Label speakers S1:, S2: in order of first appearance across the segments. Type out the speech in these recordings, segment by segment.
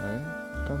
S1: 哎刚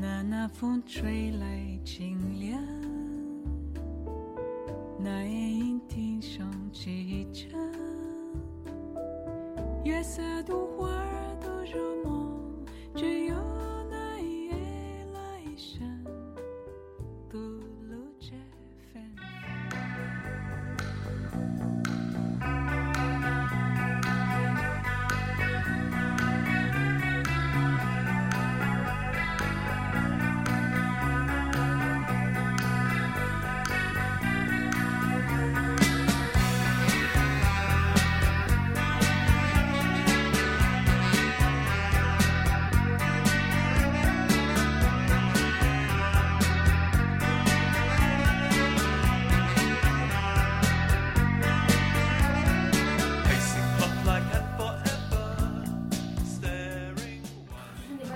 S2: 那那风吹来清凉，那夜莺啼声齐唱，月色独花儿独入梦，只有那一夜来生，不露这芬芳。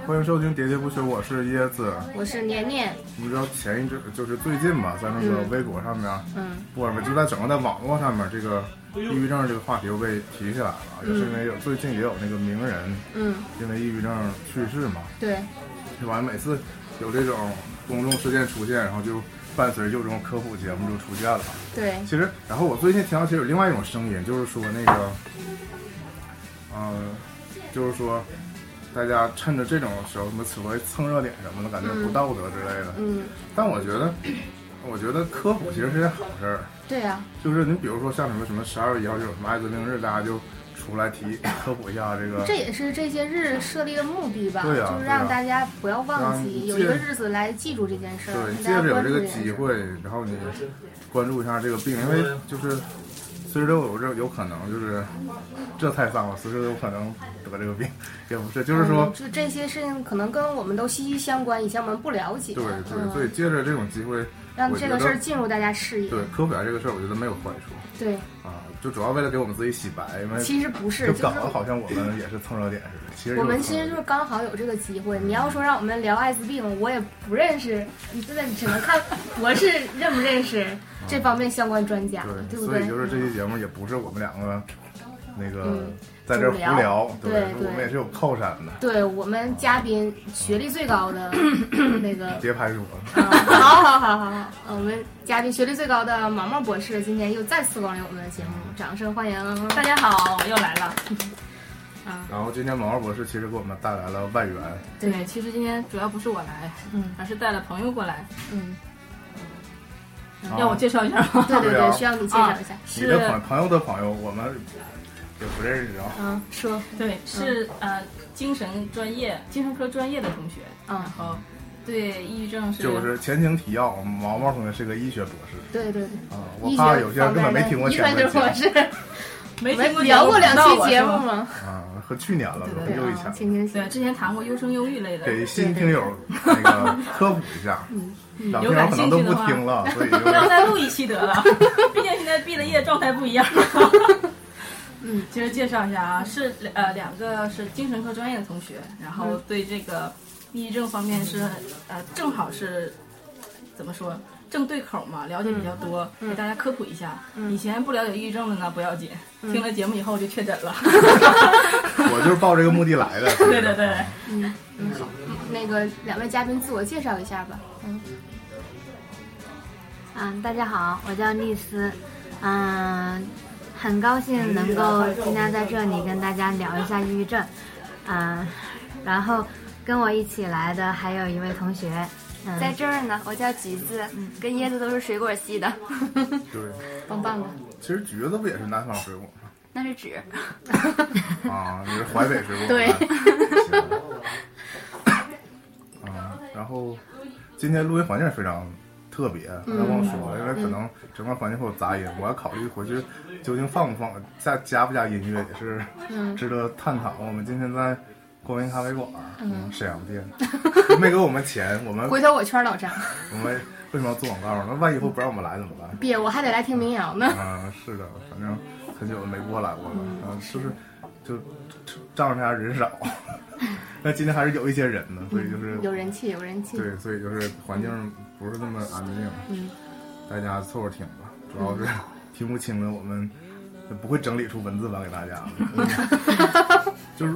S3: 欢迎收听《喋喋不休》，我是椰子。
S4: 我是年年，
S3: 你知道前一阵就是最近吧，在那个微博上面，啊
S4: 嗯，
S3: 不是就在整个在网络上面，这个
S1: 哎
S3: 抑郁症这个话题又被提起来了，
S1: 嗯
S3: 就是因为有最近也有那个名人
S4: 嗯，
S3: 因为抑郁症去世嘛，
S4: 对，
S3: 是吧？每次有这种公众事件出现，然后就伴随就这种科普节目就出现了。
S4: 对，
S3: 其实，然后我最近听到其实有另外一种声音，就是说那个，呃，就是说大家趁着这种时候什么所谓蹭热点什么的，感觉不道德之类的。
S4: 嗯，
S3: 但我觉得，我觉得科普其实是件好事儿，
S4: 对啊，
S3: 就是你比如说像什么什么十二月一号这种什么艾滋病日，大家就出来提科普一下这个
S4: 这。也是这些日设立的目的吧，
S3: 对啊
S4: 就是
S3: 对
S4: 让
S3: 啊
S4: 大家不要忘记、
S3: 让
S4: 有一个日子来记住这件事儿，
S3: 对，借
S4: 让嗯大家
S3: 着有
S4: 关
S3: 这
S4: 注
S3: 个
S4: 这件
S3: 机
S4: 事儿。
S3: 会，然后你关注一下这个病，因为就是随时都有这有可能就是这太丧了，随时都有可能得这个病，也不是，就是说
S4: 嗯，就这些事情可能跟我们都息息相关，以前我们不了解，
S3: 对对，所以
S4: 嗯，
S3: 借着这种机会，
S4: 让
S3: 我
S4: 这
S3: 觉
S4: 个
S3: 得
S4: 事儿进入大家视野，
S3: 对科普一下这个事儿，我觉得没有坏处
S4: 对，
S3: 啊，就主要为了给我们自己洗白，因为
S4: 其实不
S3: 哎
S4: 是，
S3: 就
S4: 就是
S3: 搞得好像我们也是蹭热点似的，其实
S4: 我们
S3: 就是
S4: 其
S3: 蹭热
S4: 实
S3: 点
S4: 就是刚好有这个机会。你要说让我们聊艾滋病，我也不认识，你真的只能看博士认不认识这方面相关专家，对
S3: 对，
S4: 不
S3: 所
S4: 对？
S3: 以就是这期节目也不是我们两个那个
S4: 嗯
S3: 在这儿胡
S4: 主聊
S3: 聊，
S4: 对
S3: 是
S4: 对
S3: 我们也是有靠山的，
S4: 对我们嘉宾学历最 高的那个，
S3: 别拍我。
S4: 啊 好好好好好，我们嘉宾学历最高的毛毛博士今天又再次光临我们的节目，掌声欢迎！
S5: 大家好，我又来了。
S3: 然后今天毛毛博士其实给我们带来了外援，
S5: 对，其实今天主要不是我来，
S4: 嗯
S5: 而是带了朋友过来。
S4: 嗯，
S5: 要我介绍一下吗？
S4: 对对
S3: 对啊
S4: 对，需要你介绍一下。
S3: 哦你
S5: 是
S3: 的朋朋友的朋友，我们也不认识啊。
S4: 嗯，说，
S5: 对，是呃，精神专业、精神科专业的同学，
S4: 嗯
S5: 然，后对抑郁症是
S3: 就是前情提要，毛毛同学是个医学博士
S4: 对对对，
S3: 啊，
S4: 医
S3: 我
S4: 学
S3: 怕有些人
S4: 方
S3: 根本
S4: 面
S3: 没
S4: 的
S3: 听过
S4: 遗
S3: 前
S4: 传学
S3: 面
S4: 博士。
S5: 没
S4: 我们
S5: 听过
S4: 聊过两期节
S5: 节
S4: 目
S5: 目。
S4: 吗？
S3: 啊，和去年了，
S5: 对
S3: 很
S5: 对对
S3: 久以
S4: 啊，
S3: 前。
S4: 前前
S5: 对，之前谈过优生优育类的，
S3: 给新听友那个科普一下，
S4: 嗯
S3: 老听友可能都不听了，所以 就
S5: 不能
S3: 是
S5: 再录一期得 了，毕竟现在毕了业，状态不一样。 嗯，接着介绍一下啊，是呃两个是精神科专业的同学，然后对这个抑郁症方面是呃正好是怎么说正对口嘛，了解比较多，给大家科普一下。以前不了解抑郁症的呢不要紧，听了节目以后就确诊了。嗯
S3: 我就是抱这个目的来的。
S5: 对对对，
S4: 那个两位嘉宾自我介绍一下吧。嗯，
S6: 嗯，大家好，我叫丽丝，嗯，很高兴能够今天在这里跟大家聊一下抑郁症，嗯，然后跟我一起来的还有一位同学，嗯，
S7: 在这儿呢，我叫橘子，跟椰子都是水果系的，
S3: 对，
S4: 棒棒的。
S3: 其实橘子不也是南方水果
S7: 那 是纸。
S3: 吗？啊，你是淮北水果。啊
S4: 对
S3: 行。啊，然后今天录音环境也非常特别，刚才忘说了，因为可能整个环境会有杂音，我要考虑回去究竟放不放，加加不加音乐也是值得探讨。我们今天在光明咖啡馆，嗯，沈阳店， 没给我们钱，我们
S4: 回头我圈老张，
S3: 我们为什么要做广告呢？那万一以后不让我们来怎么办？
S4: 别，我还得来听民谣呢。
S3: 啊，是的，反正很久没过来过了，啊，是不是就仗着他人少， 那今天还是有一些人呢，所以就是
S4: 嗯有人气，有人气。
S3: 对，所以就是环境不是那么安静，
S4: 嗯，
S3: 大家凑合听吧，主要是 听不清了，我们也不会整理出文字版给大 家， 就是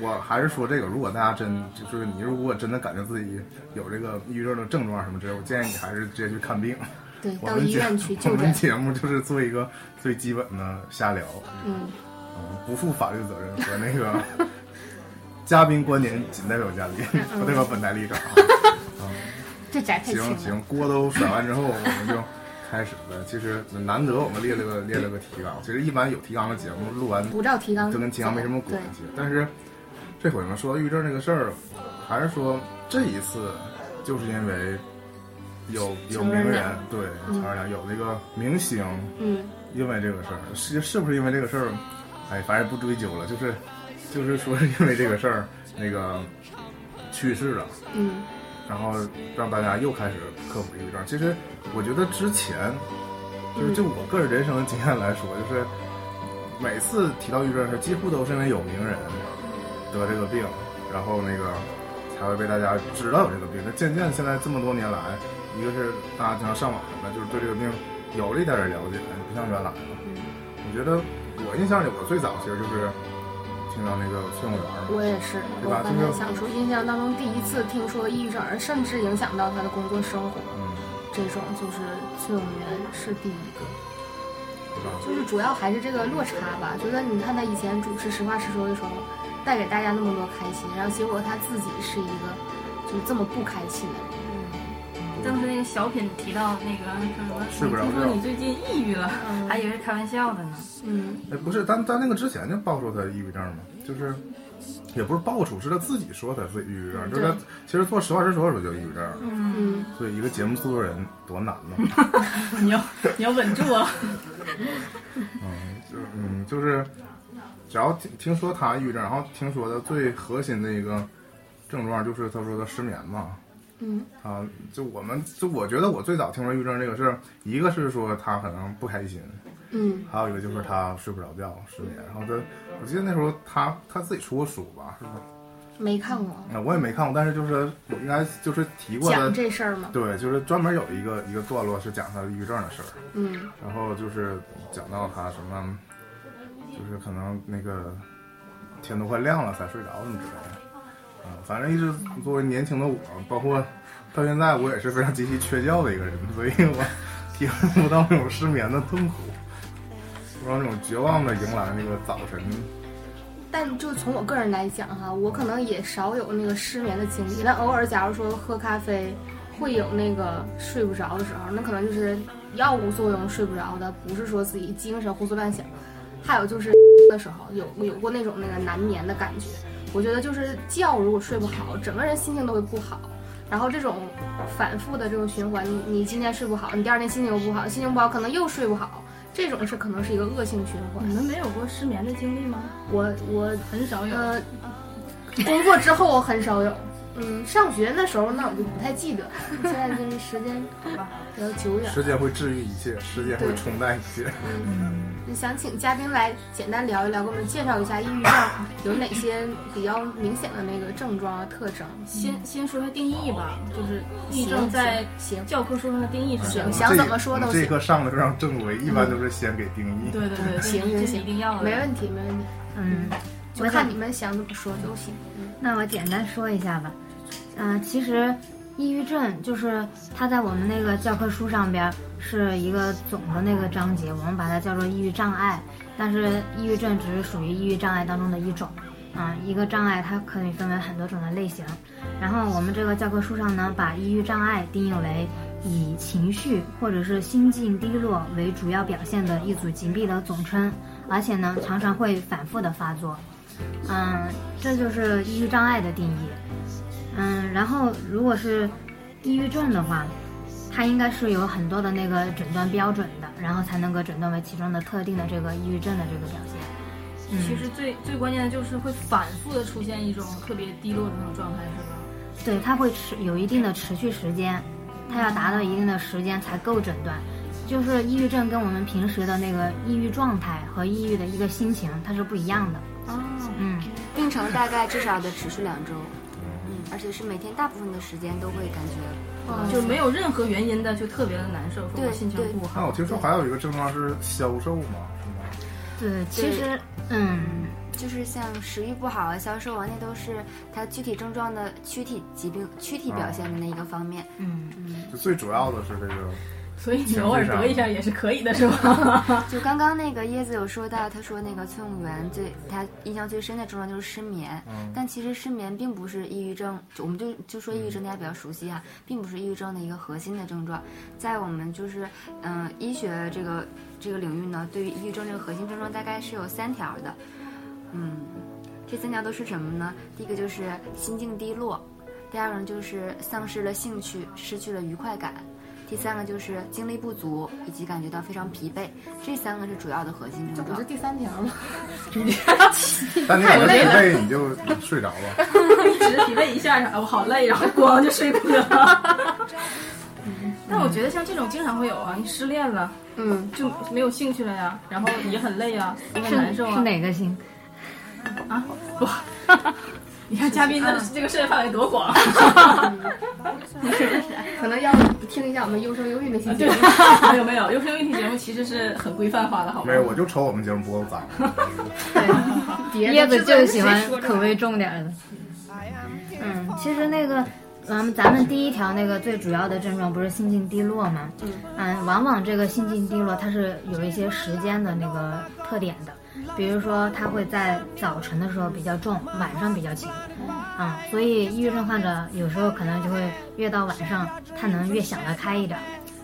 S3: 我还是说这个，如果大家真就是你如果真的感觉自己有这个抑郁症的症状什么之类，我建议你还是直接去看病。
S4: 对，
S3: 我
S4: 到
S3: 们
S4: 医
S3: 节
S4: 院 去
S3: 我
S4: 就
S3: 们
S4: 诊。
S3: 节目就是做一个最基本的瞎聊，
S4: 嗯，
S3: 嗯不负法律责任和那个 嘉宾观点仅代表嘉宾，不代表本台立场。啊
S4: 这宅嗯太
S3: 行
S4: 轻了。
S3: 行，锅都甩完之后，我们就开始了。其实难得我们列了个列了个提纲，其实一般有提纲的节目录完
S4: 不照提纲
S3: 就
S4: 走，
S3: 跟提纲没什么关
S4: 对，
S3: 系。但是这回呢，说到抑郁症这个事儿，还是说这一次就是因为有有名
S4: 成人
S3: 人
S4: 了
S3: 对，当然有那个明星
S4: 嗯，
S3: 因为这个事儿，是是不是因为这个事儿？哎，反正不追究了，就是就是说是因为这个事儿，那个去世了，
S4: 嗯，
S3: 然后让大家又开始克服抑郁症。其实我觉得之前，就是就我个人人生的经验来说，就是每次提到抑郁症的时候，几乎都是因为有名人得这个病，然后那个才会被大家知道有这个病。那渐渐现在这么多年来，一个是大家经常上网什么，就是对这个病有了一点点了解，不像原来了。我觉得我印象里，我最早其实就是听到那个崔永元嘛，
S4: 我也是。
S3: 对
S4: 我
S3: 吧
S4: 刚
S3: 就是
S4: 才想说，印象当中第一次听说抑郁症，而甚至影响到他的工作生活，
S3: 嗯，
S4: 这种就是崔永元是第一个。
S3: 对吧？
S4: 就是主要还是这个落差吧。觉得你看他以前主持《实话实说》的时候，带给大家那么多开心，然后结果他自己是一个就是这么不开心的人。
S5: 当时那个小品提到那个说
S3: 睡
S5: 什
S3: 不着
S5: 么，听
S3: 觉
S5: 说你最近抑郁了，
S4: 嗯
S5: 还以为是开玩笑的呢。
S4: 嗯
S3: 哎，不是，但但那个之前就爆出他抑郁症嘛，就是也不是爆出，是他自己说他自己抑郁症，就是他其实做实话实说的时候就抑郁症了，
S4: 嗯，
S3: 所以一个节目制作人多难呢。
S5: 你要你要稳住啊！
S3: 嗯，就是嗯，就是只要听听说他抑郁症，然后听说的最核心的一个症状就是他说他失眠嘛。
S4: 嗯，
S3: 啊，就我们就我觉得我最早听说抑郁症这个事儿，一个是说他可能不开心，
S4: 嗯，
S3: 还有一个就是他睡不着觉失眠，然后他我记得那时候他他自己出过书吧，是吧？
S4: 没看过
S3: 啊，我也没看过，但是就是我应该就是提过
S4: 讲
S3: 的，
S4: 这事儿吗？
S3: 对，就是专门有一个一个段落是讲他抑郁症的事儿，
S4: 嗯
S3: 然后就是讲到他什么，就是可能那个天都快亮了才睡着什么之类的，啊、反正一直作为年轻的我，包括到现在我也是非常极其缺觉的一个人，所以我体会不到那种失眠的痛苦，不知道那种绝望的迎来那个早晨，
S4: 但就从我个人来讲哈，我可能也少有那个失眠的经历，但偶尔假如说喝咖啡，会有那个睡不着的时候，那可能就是药物作用睡不着的，不是说自己精神胡思乱想，还有就是的时候有有过那种那个难眠的感觉。我觉得就是觉如果睡不好，整个人心情都会不好。然后这种反复的这种循环，你你今天睡不好，你第二天心情又不好，心情不好可能又睡不好，这种是可能是一个恶性循环
S5: 你。们没有过失眠的经历吗？
S4: 我我
S5: 很少有。
S4: 呃，工作之后很少有。嗯，上学那时候那我就不太记 得，现在就是时 间比较久远。
S3: 时间会治愈一切，时间会
S4: 对
S3: 冲淡一切。
S4: 想请嘉宾来简单聊一聊，给我们介绍一下抑 郁症有哪些比较明显的那个症状啊特征。
S5: 先先说说定义
S4: 哦
S5: 吧，就是抑郁症在
S4: 行
S5: 教科书上的定义是什
S4: 行
S5: 么？
S4: 想怎么说都
S3: 我们
S4: 行
S3: 啊这课上的非常正规，一般都是先给定义。
S5: 对对对，这
S4: 行
S5: 这
S4: 行
S5: 是
S4: 行，
S5: 一定要的。
S4: 没问题没问题，
S6: 嗯，
S4: 就看你们想怎么说就 行。
S6: 那我简单说一下吧。嗯、其实抑郁症就是它在我们那个教科书上边儿是一个总的那个章节，我们把它叫做抑郁障碍。但是抑郁症只是属于抑郁障碍当中的一种。啊、一个障碍它可以分为很多种的类型。然后我们这个教科书上呢，把抑郁障碍定义为以情绪或者是心境低落为主要表现的一组疾病的总称，而且呢，常常会反复的发作。嗯，这就是抑郁障碍的定义。嗯，然后如果是抑郁症的话，它应该是有很多的那个诊断标准的，然后才能够诊断为其中的特定的这个抑郁症的这个表现。
S5: 其
S4: 嗯
S5: 实最最关键的就是会反复的出现一种特别低落的那种状态，是吧？
S6: 对，它会持有一定的持续时间，它要达到一定的时间才够诊断。就是抑郁症跟我们平时的那个抑郁状态和抑郁的一个心情，它是不一样的。
S7: 哦，
S6: 嗯，
S7: 病程大概至少得持续两周，嗯，而且是每天大部分的时间都会感觉，
S4: 哦
S5: 就没有任何原因的就特别的难受，说我心情不
S3: 那
S5: 好
S3: 我。听说还有一个症状是消瘦嘛，是吗？
S6: 对，其实，嗯，
S7: 就是像食欲不好啊、消瘦啊，那都是它具体症状的躯体疾病、躯体表现的那一个方面。
S6: 嗯，
S7: 嗯，
S3: 就最主要的是这个，
S5: 所以
S3: 啊
S5: 你偶尔得一下也是可以的，是吧？
S7: 就刚刚那个椰子有说到，他说那个崔永元最他印象最深的症状就是失眠，
S3: 嗯，
S7: 但其实失眠并不是抑郁症，就我们就就说抑郁症大家比较熟悉啊，并不是抑郁症的一个核心的症状。在我们就是嗯、呃医学这个这个领域呢，对于抑郁症这个核心症状大概是有三条的，嗯，这三条都是什么呢？第一个就是心境低落，第二个呢就是丧失了兴趣，失去了愉快感。第三个就是精力不足，以及感觉到非常疲惫，这三个是主要的核心
S4: 这
S7: 症
S4: 不
S7: 状
S4: 是。第三条吗？
S3: 但你感觉疲惫你就 你睡着了，
S5: 一直体味一下，哎我好累，然后咣就睡过去了。但我觉得像这种经常会有啊，你失恋了
S4: 嗯，
S5: 就没有兴趣了呀，然后也很累啊，也很难
S6: 是
S5: 受
S6: 是
S5: 啊
S6: 哪个星？
S5: 啊！哇，你看嘉宾的这个涉猎范围多广，
S4: 可能要不听一下我们优生优育那期节目。
S5: 没有没有，优生优育节目其实是很规范化的，好吗
S3: 没？有，我就瞅我们节目不够脏，
S4: 别
S6: 椰
S4: 的
S6: 子
S4: 制作
S6: 就
S4: 人
S6: 喜
S4: 谁
S6: 欢
S4: 说这
S6: 口
S4: 玩意
S6: 味
S4: 儿
S6: 重点儿的。嗯，其实那个，嗯，咱们第一条那个最主要的症状不是心境低落吗？嗯，往往这个心境低落它是有一些时间的那个特点的，比如说它会在早晨的时候比较重，晚上比较轻。啊、所以抑郁症患者有时候可能就会越到晚上，他能越想得开一点儿，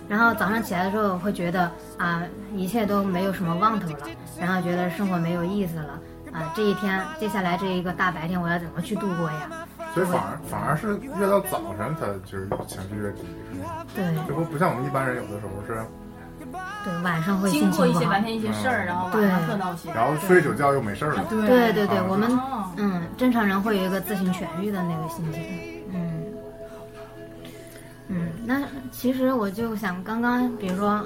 S6: 然后早上起来的时候会觉得啊，一切都没有什么望头了，然后觉得生活没有意思了。啊，这一天，接下来这一个大白天，我要怎么去度过呀？
S3: 所以反而反而是越到早晨他就是情绪越低，是吗？
S6: 对
S3: 这不不像我们一般人有的时候是，
S6: 对，晚上会
S5: 经
S6: 心
S5: 过
S6: 情
S5: 一
S6: 不
S5: 些
S6: 好
S5: 白。天一些事儿，然后晚
S6: 对
S5: 上特闹心。
S3: 然后睡一宿觉又没事儿了，
S5: 对
S6: 对对对
S3: 啊，
S6: 我们
S5: 哦
S6: 嗯，正常人会有一个自行痊愈的那个心情。嗯嗯，那其实我就想刚刚，比如说，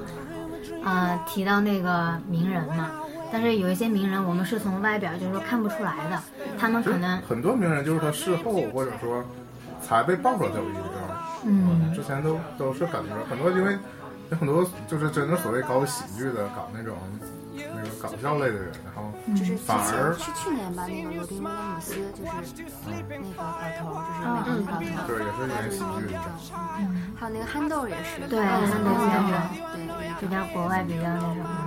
S6: 呃，提到那个名人嘛，但是有一些名人，我们是从外表就是说看不出来的，他们
S3: 其
S6: 可
S3: 实
S6: 能
S3: 很多名人就是他事后或者说才被爆出来他有抑郁症。
S6: 嗯
S3: 之前都都是感觉很多，因为有很多就是真的所谓搞喜剧的、搞那种那个搞笑类的人，然后
S7: 就是之
S3: 嗯反而
S7: 前去去年吧，那个罗宾威廉姆斯就是呃那个老头儿，就是美国那个老头
S3: 对
S7: 儿，
S3: 也是因
S7: 他
S3: 为
S7: 就是
S3: 喜
S7: 因为抑郁
S3: 剧
S7: 症，嗯，还有那个憨豆儿也是，
S6: 对
S7: 嗯
S6: 憨豆儿先生
S7: 对对。
S6: 比较国外比较那什么的，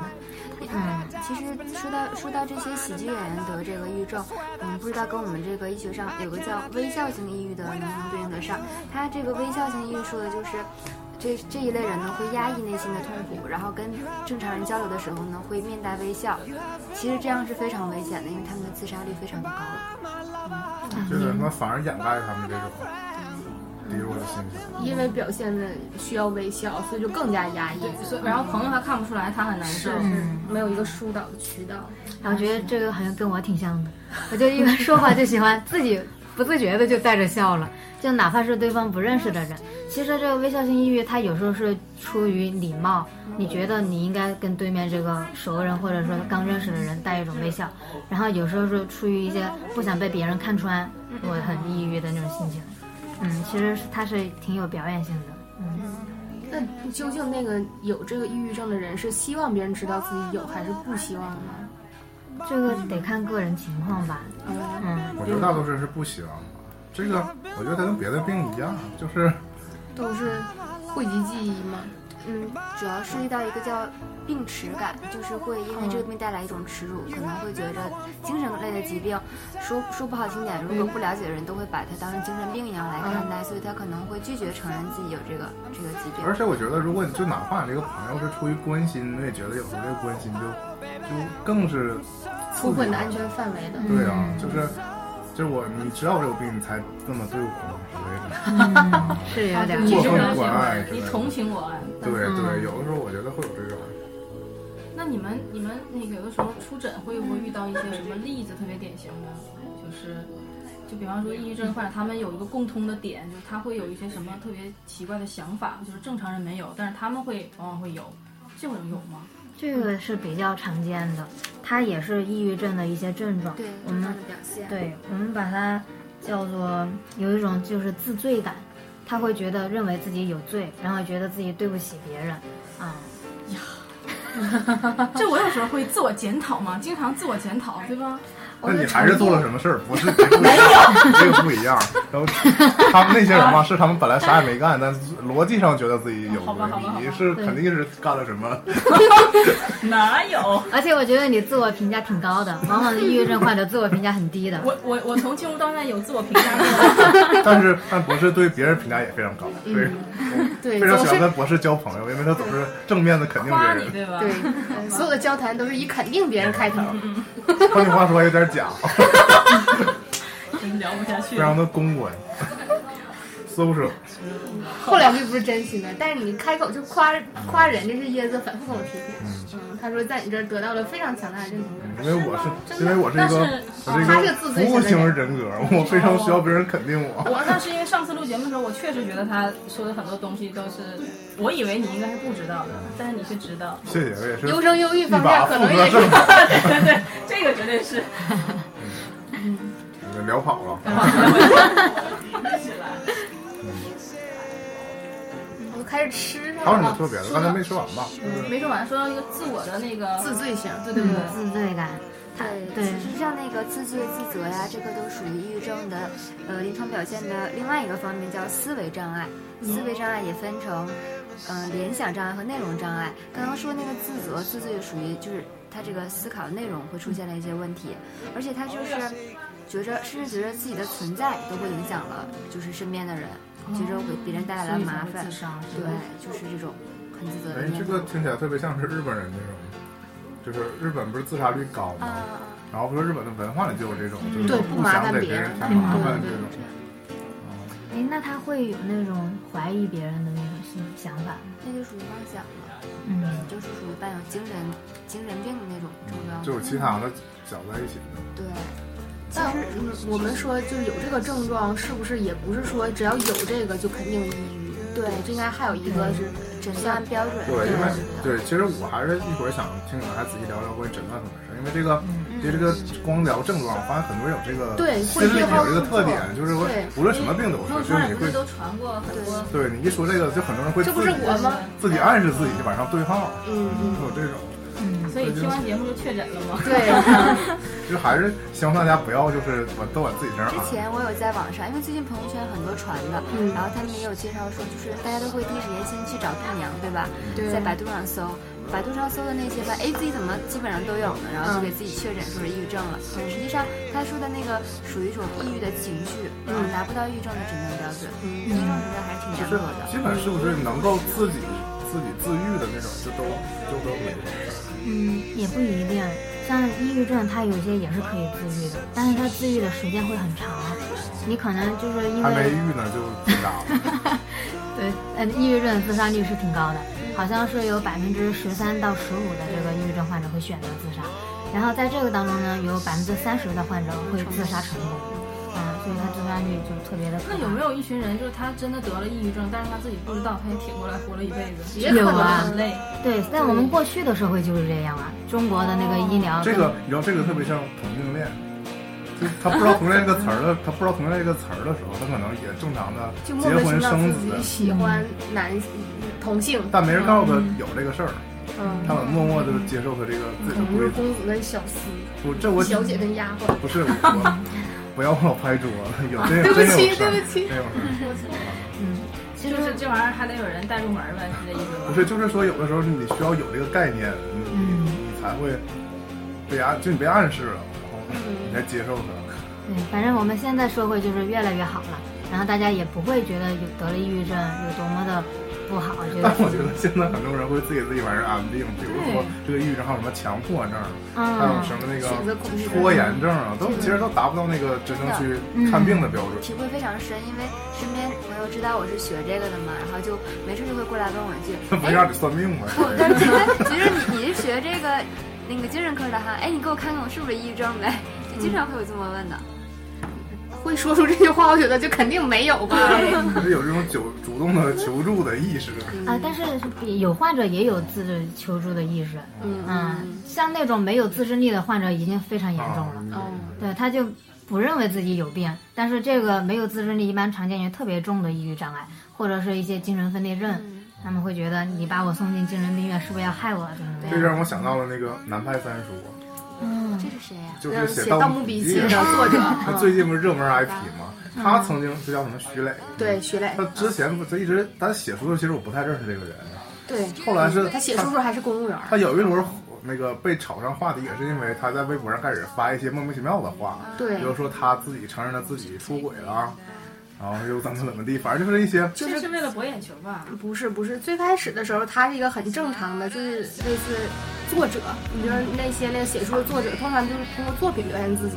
S6: 嗯。
S7: 其实说到说到这些喜剧演员得这个抑郁症，嗯，不知道跟我们这个医学上有个叫微笑型抑郁的能不能对应得上？他这个微笑型抑郁说的就是。这这一类人呢，会压抑内心的痛苦，然后跟正常人交流的时候呢，会面带微笑。其实这样是非常危险的，因为他们的自杀率非常的高。
S3: 就是他妈
S4: 嗯
S3: 反而掩盖他们这种低落的心情。
S4: 因为表现的需要微笑，所以就更加压抑，
S5: 对，所以然后朋友他看不出来，他很难受。
S4: 没有一个疏导的渠道。
S6: 我觉得这个好像跟我挺像的，我就一般说话就喜欢自己不自觉的就带着笑了，就哪怕是对方不认识的人。其实这个微笑性抑郁，它有时候是出于礼貌，你觉得你应该跟对面这个熟人或者说刚认识的人带一种微笑，然后有时候是出于一些不想被别人看穿，我很抑郁的那种心情。嗯，其实它是挺有表演性的。嗯，
S4: 那究竟那个有这个抑郁症的人是希望别人知道自己有，还是不希望呢？
S6: 这个得看个人情况吧。嗯，
S3: 我觉得大多数人是不希望的。这个我觉得他跟别的病一样，就是
S4: 都是汇集记忆吗？
S7: 嗯，主要涉及到一个叫病耻感，就是会因为这个病带来一种耻辱，可能会觉着精神类的疾病，说说不好听点，如果不了解的人都会把它当成精神病一样来看待，所以他可能会拒绝承认自己有这个这个疾病。
S3: 而且我觉得，如果你就哪怕你这个朋友是出于关心，我也觉得有时候这个关心就就更是刺
S4: 触
S3: 激
S4: 碰你的
S3: 了
S4: 安全范围的。
S3: 对啊，
S5: 嗯
S3: 就是就是我，你知道我有病，你才这么对我之类的。
S5: 嗯
S6: 是有点儿。
S5: 你
S3: 过
S5: 是
S3: 分
S5: 不是
S3: 关爱之类
S5: 你
S3: 的
S5: 同情我爱。
S3: 对对，有的时候我觉得会有这种。
S5: 那你们你们那个有的时候出诊会不会遇到一些什么例子特别典型的？就是就比方说抑郁症患者，他们有一个共通的点，就是他会有一些什么特别奇怪的想法，就是正常人没有，但是他们会往往会有。这种有吗？
S6: 这个是比较常见的，它也是抑郁症的一些症状。
S7: 对，
S6: 我
S7: 症
S6: 们
S7: 状的表现，
S6: 对，我们把它叫做有一种就是自罪感，他会觉得认为自己有罪，然后觉得自己对不起别人，啊、
S5: 这我有时候会自我检讨嘛，经常自我检讨，对吧？
S3: 那你还是做了什么事儿？不是没有，这个不一样。然后他们那些人嘛，是他们本来啥也没干，但逻辑上觉得自己有
S5: 好吧好吧好吧
S3: 罪，你是肯定是干了什么？
S5: 哪有？
S6: 而且我觉得你自我评价挺高的，往往是抑郁症患者自我评价很低的。
S5: 我我我从进入到那有自我评价 过，
S3: 但是但博士对别人评价也非常高，
S5: 嗯
S3: 对，
S4: 对，
S3: 非常
S4: 总
S3: 喜欢
S4: 是
S3: 跟博士交朋友，因为他总是正面的肯定
S5: 夸
S3: 别
S5: 你
S3: 人。
S5: 对吧？
S4: 对，呃所有的交谈都是以肯定别人开头。
S3: 换句话 说，有点 假，
S5: 真 聊不下去
S3: 非。常的公关。 搜索
S4: 后两句不是真心的，但是你开口就夸夸人，这是椰子反复跟我提起。嗯，他说在你这儿得到了非常强大的认同感。
S3: 因为我是因为我是一个我是一
S4: 他是
S3: 个
S4: 自尊
S3: 服务
S4: 型
S3: 型
S4: 的人哦
S3: 人格，我非常需要别人肯定我。
S5: 我那是因为上次录节目的时候，我确实觉得他说的很多东西都是，我以为你应该是不知道的，但是你是知道。
S3: 谢谢，我也是
S4: 优生优育
S3: 一
S4: 方
S3: 把
S4: 面
S3: 副
S4: 可
S3: 歌
S4: 能也是
S3: 正好
S5: 对 对对，这个绝对是。
S3: 给聊跑了。
S4: 我都开始吃上
S3: 还有什
S4: 了
S3: 么
S4: 啊，
S3: 特别的？刚才没说完吧？
S4: 嗯
S5: 没说完，说到一个自我的那个，
S4: 自罪型。
S5: 对对对，
S6: 自罪感，它
S7: 对，
S6: 对
S7: 其实像那个自罪、自责呀，这个都属于抑郁症的呃临床表现的另外一个方面，叫思维障碍。思维障碍也分成，呃，联想障碍和内容障碍。刚刚说那个自责、自罪属于就是他这个思考内容会出现了一些问题，而且他就是觉着甚至觉着自己的存在都会影响了，就是身边的人，觉着给别人带来了麻烦
S5: 自。杀是
S7: 对
S5: 吧？，
S7: 就是这种很自责
S3: 哎
S7: 的，
S3: 这
S7: 念
S3: 个。
S7: 头
S3: 听起来特别像是日本人那种，就是日本不是自杀率高
S7: 啊
S3: 吗？
S7: 啊啊！
S3: 然后不是日本的文化里就有这种，就是
S4: 对不
S3: 不
S4: 麻
S3: 想
S4: 烦
S3: 给
S4: 别
S3: 别人
S4: 人
S3: 添
S4: 嗯
S3: 麻烦
S4: 对
S3: 这
S4: 对
S3: 种。
S6: 哎，那他会有那种怀疑别人的那种心想法，
S7: 那就属于妄想了，
S6: 嗯，
S7: 就是属于伴有精神精神病的那种症状。
S3: 就有其他的搅在一起的，
S7: 对，
S4: 其实嗯我们说就是有这个症状，是不是也不是说只要有这个就肯定抑郁？对，这应该还有一个是
S7: 诊断标准。
S3: 对，因为
S7: 对
S3: 对，其实我还是一会儿想听你们来仔细聊聊关于诊断方面的事儿，因为这个对这个光聊症状，我发现很多人有这个
S4: 嗯对
S3: 心里
S4: 会对号
S3: 有一个
S4: 入
S3: 特
S4: 座
S3: 点，就是我
S4: 对
S3: 无论什么病都
S5: 朋友
S3: 是，就
S5: 圈
S3: 是
S5: 里
S3: 你
S5: 不
S3: 会
S5: 是都传过很多
S3: 对你一说这个，就很多人会
S4: 这
S3: 自
S4: 不是我吗？
S3: 自己暗示自己往上对号，
S4: 嗯嗯，
S3: 会有这种。
S5: 所以听完节目就确诊了吗？
S4: 对，
S3: 就还是希望大家不要就是我都往自己身上
S7: 之
S3: 安。
S7: 前我有在网上，因为最近朋友圈很多传的，
S4: 嗯
S7: 然后他们也有介绍说，就是大家都会第一时间先去找度娘，对吧？
S4: 对
S7: 在百度上搜，百度上搜的那些吧，哎，自己怎么基本上都有呢？然后
S4: 嗯
S7: 就给自己确诊说是抑郁症了。
S3: 嗯
S7: 实际上他说的那个属于一种抑郁的情绪，然
S3: 嗯
S7: 后达不到抑郁症的诊断标准。抑郁症诊断还是挺
S3: 就
S7: 严
S3: 是
S7: 格的。
S3: 基本是不是能够自己自己自愈的那种，就都就都没事。
S6: 嗯，也不一定。像抑郁症，它有些也是可以自愈的，但是它自愈的时间会很长。你可能就是因
S3: 还没
S6: 为
S3: 愈呢就自杀了。
S6: 对，呃，抑郁症自杀率是挺高的，好像是有百分之十三到十五的这个抑郁症患者会选择自杀，然后在这个当中呢，有百分之三十的患者会自杀成功，啊、所以他自杀率就特别的
S5: 那
S6: 可
S5: 有
S6: 怕。
S5: 没有一群人，就是他真的得了抑郁症，但是他自己不知道，他也挺过来活了一辈子，也
S6: 有啊
S5: 很累。
S6: 对，在我们过去的社会就是这样啊，中国的那个医
S4: 啊
S6: 疗
S3: 这个你知道，这个特别像同性恋，就他不知道同性恋这个词儿的，他不知道同性恋这个词儿的时候，他可能也正常的
S4: 就莫
S3: 结
S4: 名其
S3: 婚
S4: 妙
S3: 生
S4: 自己
S3: 子，
S4: 喜欢男同性，
S3: 但没人告诉他有这个事儿，
S4: 嗯，
S3: 他们默默的接受他这个自己的
S4: 我们
S3: 规
S4: 是
S3: 则。
S4: 公子跟小厮，
S3: 不，这我
S4: 小姐跟丫鬟。
S3: 不是我，不要老拍桌子，有这
S4: 对
S3: 种
S4: 不
S3: 真有
S4: 起
S3: 事儿
S4: 对不起
S3: 真有事儿
S6: 其实
S5: 就是这玩意儿还得有人带入门儿呗，是这意思
S3: 不
S5: 吗？
S3: 是，就是说有的时候你需要有这个概念，你、
S4: 嗯
S3: 你才会被暗，就你被暗示了，然
S4: 嗯
S3: 后你才接受它。
S6: 对，反正我们现在社会就是越来越好了，然后大家也不会觉得有得了抑郁症有多么的不不好，
S4: 嗯
S6: 我觉
S3: 但
S6: 得。
S3: 我觉得现在很多人会自己自己完事儿安病，比如说这个抑郁症，还有什么强迫症，还有
S6: 嗯，
S3: 什么那
S4: 选
S3: 个
S4: 择恐惧症。
S3: 拖延症啊，都其实都达不到那个真正去
S4: 嗯
S3: 看病的标准。
S7: 体会非常深，因为身边朋友知道我是学这个的嘛，然后就没事就会过来问我一句，
S3: 那 不是让你算命吗？
S7: 不，
S4: 哦
S7: 但是哎其实你你是学这个那个精神科的哈，哎，你给我看看我是不是抑郁症呗？就经常会有这么问的。
S4: 嗯会说出这句话，我觉得就肯定没有吧。
S3: 得 有这种主主动的求助的意识。
S6: 啊，但是也有患者也有自求助的意识，
S4: 嗯嗯
S6: 嗯，像那种没有自制力的患者已经非常严重了，
S3: 啊，
S4: 嗯，
S6: 对，他就不认为自己有病，但是这个没有自制力一般常见于特别重的抑郁障碍或者是一些精神分裂症，
S4: 嗯
S6: 他们会觉得你把我送进精神病院是不是要害我怎么怎么
S3: 这
S6: 样？
S3: 让我想到了那个南派三叔，啊
S6: 嗯
S7: 这是谁呀、
S3: 就是写《
S4: 写《盗
S3: 墓
S4: 墓
S3: 笔
S4: 笔
S3: 记啊
S4: 记》的》，作者，
S3: 他
S4: 嗯
S3: 最近不是热门 IP 吗？他曾经就叫什么徐磊，
S4: 对徐磊
S3: 他，之前不，他一直他写书的时候，其实我不太认识这个人。
S4: 对，
S3: 后来是
S4: 他写书时候还是公务员儿，
S3: 他有一轮那个被炒上话题，也是因为他在微博上开始发一些莫名其妙的话，
S4: 对
S3: 比，如说他自己承认了自己出轨了，然后又怎么怎么地，反正就是一些
S4: 就是嗯
S5: 这是为了博眼球吧？
S4: 不是不是，最开始的时候他是一个很正常的，就是类似作者，你就是那些那个写书的作者，通常就是通过作品表现自己，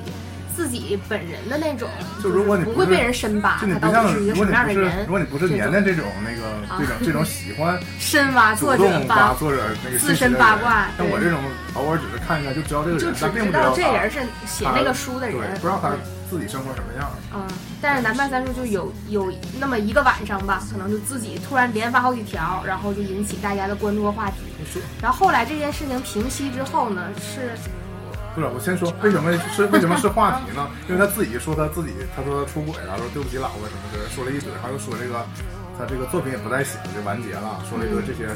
S4: 自己本人的那种，
S3: 就如果你
S4: 不
S3: 不
S4: 会
S3: 是
S4: 被人深扒，
S3: 就你不
S4: 他到
S3: 像
S4: 底是一
S3: 如果
S4: 个什么
S3: 你
S4: 样
S3: 不
S4: 的
S3: 是
S4: 人
S3: 如，果你不是年年这种那个这种这种喜 欢
S4: 深挖
S3: 主
S4: 作者
S3: 动
S4: 吧
S3: 把，作者那个信
S4: 自
S3: 息
S4: 身
S3: 的
S4: 八
S3: 人
S4: 卦
S3: 像我
S4: 对
S3: 这种偶尔只是看一看就知道这个
S4: 就
S3: 人，
S4: 只
S3: 但并
S4: 知
S3: 不知道
S4: 道这
S3: 他
S4: 人是写那个书的
S3: 对
S4: 人，，
S3: 不知道他自己生活什么样。
S4: 嗯，但是南派三叔就有有那么一个晚上吧，可能就自己突然连发好几条，然后就引起大家的关注和话题。然后后来这件事情平息之后呢，是
S3: 不是，我先说为什么是为什么是话题呢？因为他自己说他自己，他说他出轨了，说对不起老婆什么的，说了一堆，然后又说这个他这个作品也不再写了，就完结了，说了一堆这些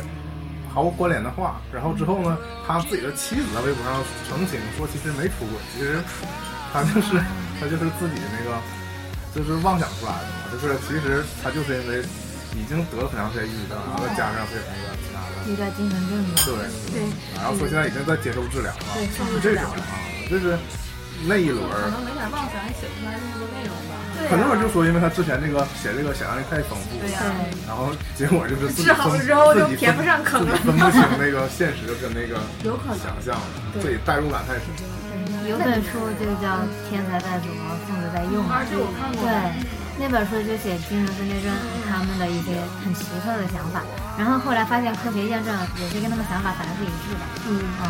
S3: 毫无关联的话。然后之后呢，他自己的妻子在微博上澄清说，其实没出轨，其实他就是他就是自己那个就是妄想出来的嘛，就是其实他就是因为已经得了很长时间抑郁症，然后再加上这那个其他的。
S4: 啊
S6: 遇到精神病
S3: 对
S6: 的，
S3: 对，然后说现在已经在接受治疗了，是这种啊，就是那一轮儿，
S5: 可能没点妄想，也写不出来那么多内容吧？
S4: 啊
S3: 很多人就说因为他之前那个写这个想象力太丰富，
S5: 对呀、
S3: 然后结果就是自己
S4: 治好了
S3: 分
S4: 啊之后
S3: 自
S4: 就
S3: 己
S4: 填不
S3: 分
S4: 上坑
S3: 自
S4: 了
S3: 己。分不 清那个现实跟那个
S4: 有可能
S3: 想象了，自己代入感太深。
S6: 有本书就叫《天才在左，疯子在右》嘛，
S5: 我看过
S6: 对，那本书就写精神分裂症他们的一些很奇特的想法，然后后来发现科学验证也是跟他们想法反而是一致的。
S4: 嗯，
S6: 嗯，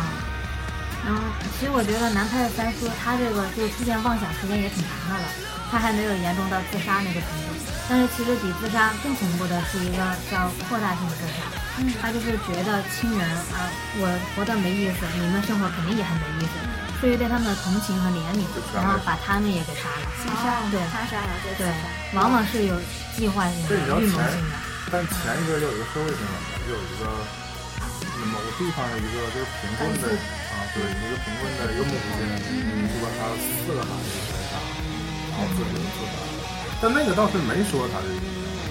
S6: 然后其实我觉得南派的三叔他这个就出现妄想时间也挺长的了，他还没有严重到自杀那个程度。但是其实比自杀更恐怖的是一个叫扩大性自杀，
S5: 嗯
S6: 他就是觉得亲人啊，我活得没意思，你们生活肯定也很没意思，出于对他们的同情和怜悯
S3: 就，全
S6: 然后
S3: 给
S6: 把他们也给杀了。
S7: 杀
S6: 对
S7: 他杀了，对
S6: 对，往往是有计划性的
S3: 对你要、
S6: 预谋
S3: 钱
S6: 性的。
S3: 但前一个有一个社会新闻，有一个某个地方的一个就是贫困的啊，对，一个贫困的一个母亲，就把她四个孩子全杀了，然后自己就自杀了。但那个倒是没说她的，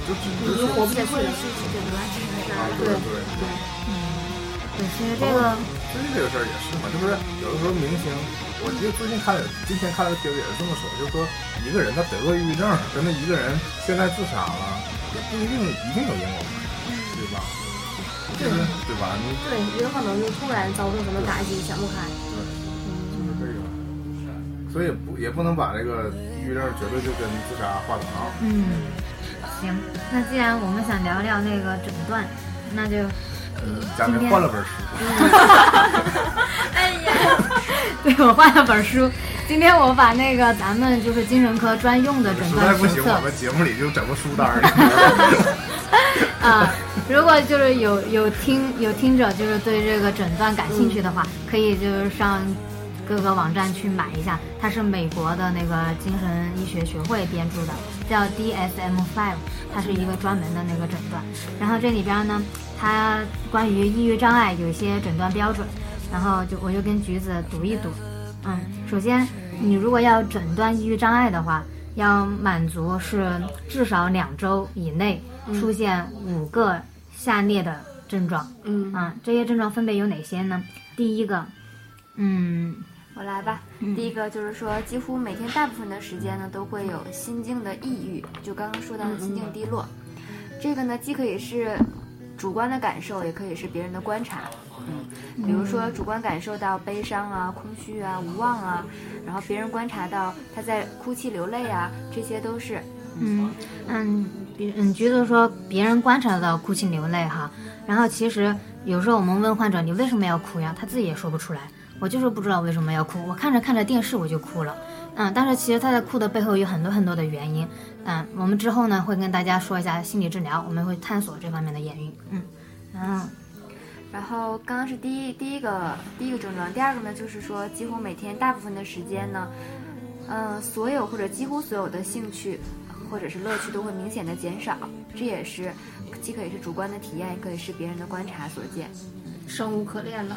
S3: 就只只是说
S4: 活不下去了。
S3: 啊，对对对，
S6: 对，其实这个
S3: 最近这个事儿也是嘛，就是有的时候明星，我记得最近看了今天看了个帖子也是这么说，就是说一个人他得过抑郁症，跟他一个人现在自杀了，也不一定一定有因果关系，对吧？就是对吧？你
S4: 对，也有可能就突然遭受什么打击，想不开。
S3: 就是这个，所以不也不能把这个抑郁症绝对就跟自杀画等号。
S6: 嗯，行，那既然我们想聊聊那个诊断，那就
S3: 嘉宾呃换了本书，
S6: 对我换了本书。今天我把那个咱们就是精神科专用的诊
S3: 实在
S6: 断
S3: 不
S6: 手
S3: 行，
S6: 册
S3: 我们节目里就整个书单儿。
S6: 啊、如果就是有有听有听者就是对这个诊断感兴趣的话，可以就是上各个网站去买一下。它是美国的那个精神医学学会编著的，叫 DSM-5，它是一个专门的那个诊断。然后这里边呢，它关于抑郁障碍有一些诊断标准，然后就我就跟橘子读一读。嗯，首先你如果要诊断抑郁障碍的话，要满足是至少两周以内出现五个下列的症状。
S4: 嗯
S6: 啊，这些症状分别有哪些呢？第一个，嗯，
S7: 我来吧。第一个就是说，几乎每天大部分的时间呢，都会有心境的抑郁，就刚刚说到的心境低落。这个呢，既可以是主观的感受，也可以是别人的观察。嗯，比如说主观感受到悲伤啊、空虚啊、无望啊，然后别人观察到他在哭泣、流泪啊，这些都是。
S6: 嗯嗯，比嗯，橘子说别人观察到哭泣流泪哈，然后其实有时候我们问患者你为什么要哭呀，他自己也说不出来，我就是不知道为什么要哭，我看着看着电视我就哭了，嗯，但是其实他在哭的背后有很多很多的原因，嗯，我们之后呢会跟大家说一下心理治疗，我们会探索这方面的原因，嗯， 然后
S7: 然后刚刚是第一第一个第一个症状，第二个呢就是说，几乎每天大部分的时间呢，呃，所有或者几乎所有的兴趣或者是乐趣都会明显的减少，这也是既可以是主观的体验，也可以是别人的观察所见。
S4: 生无可恋了。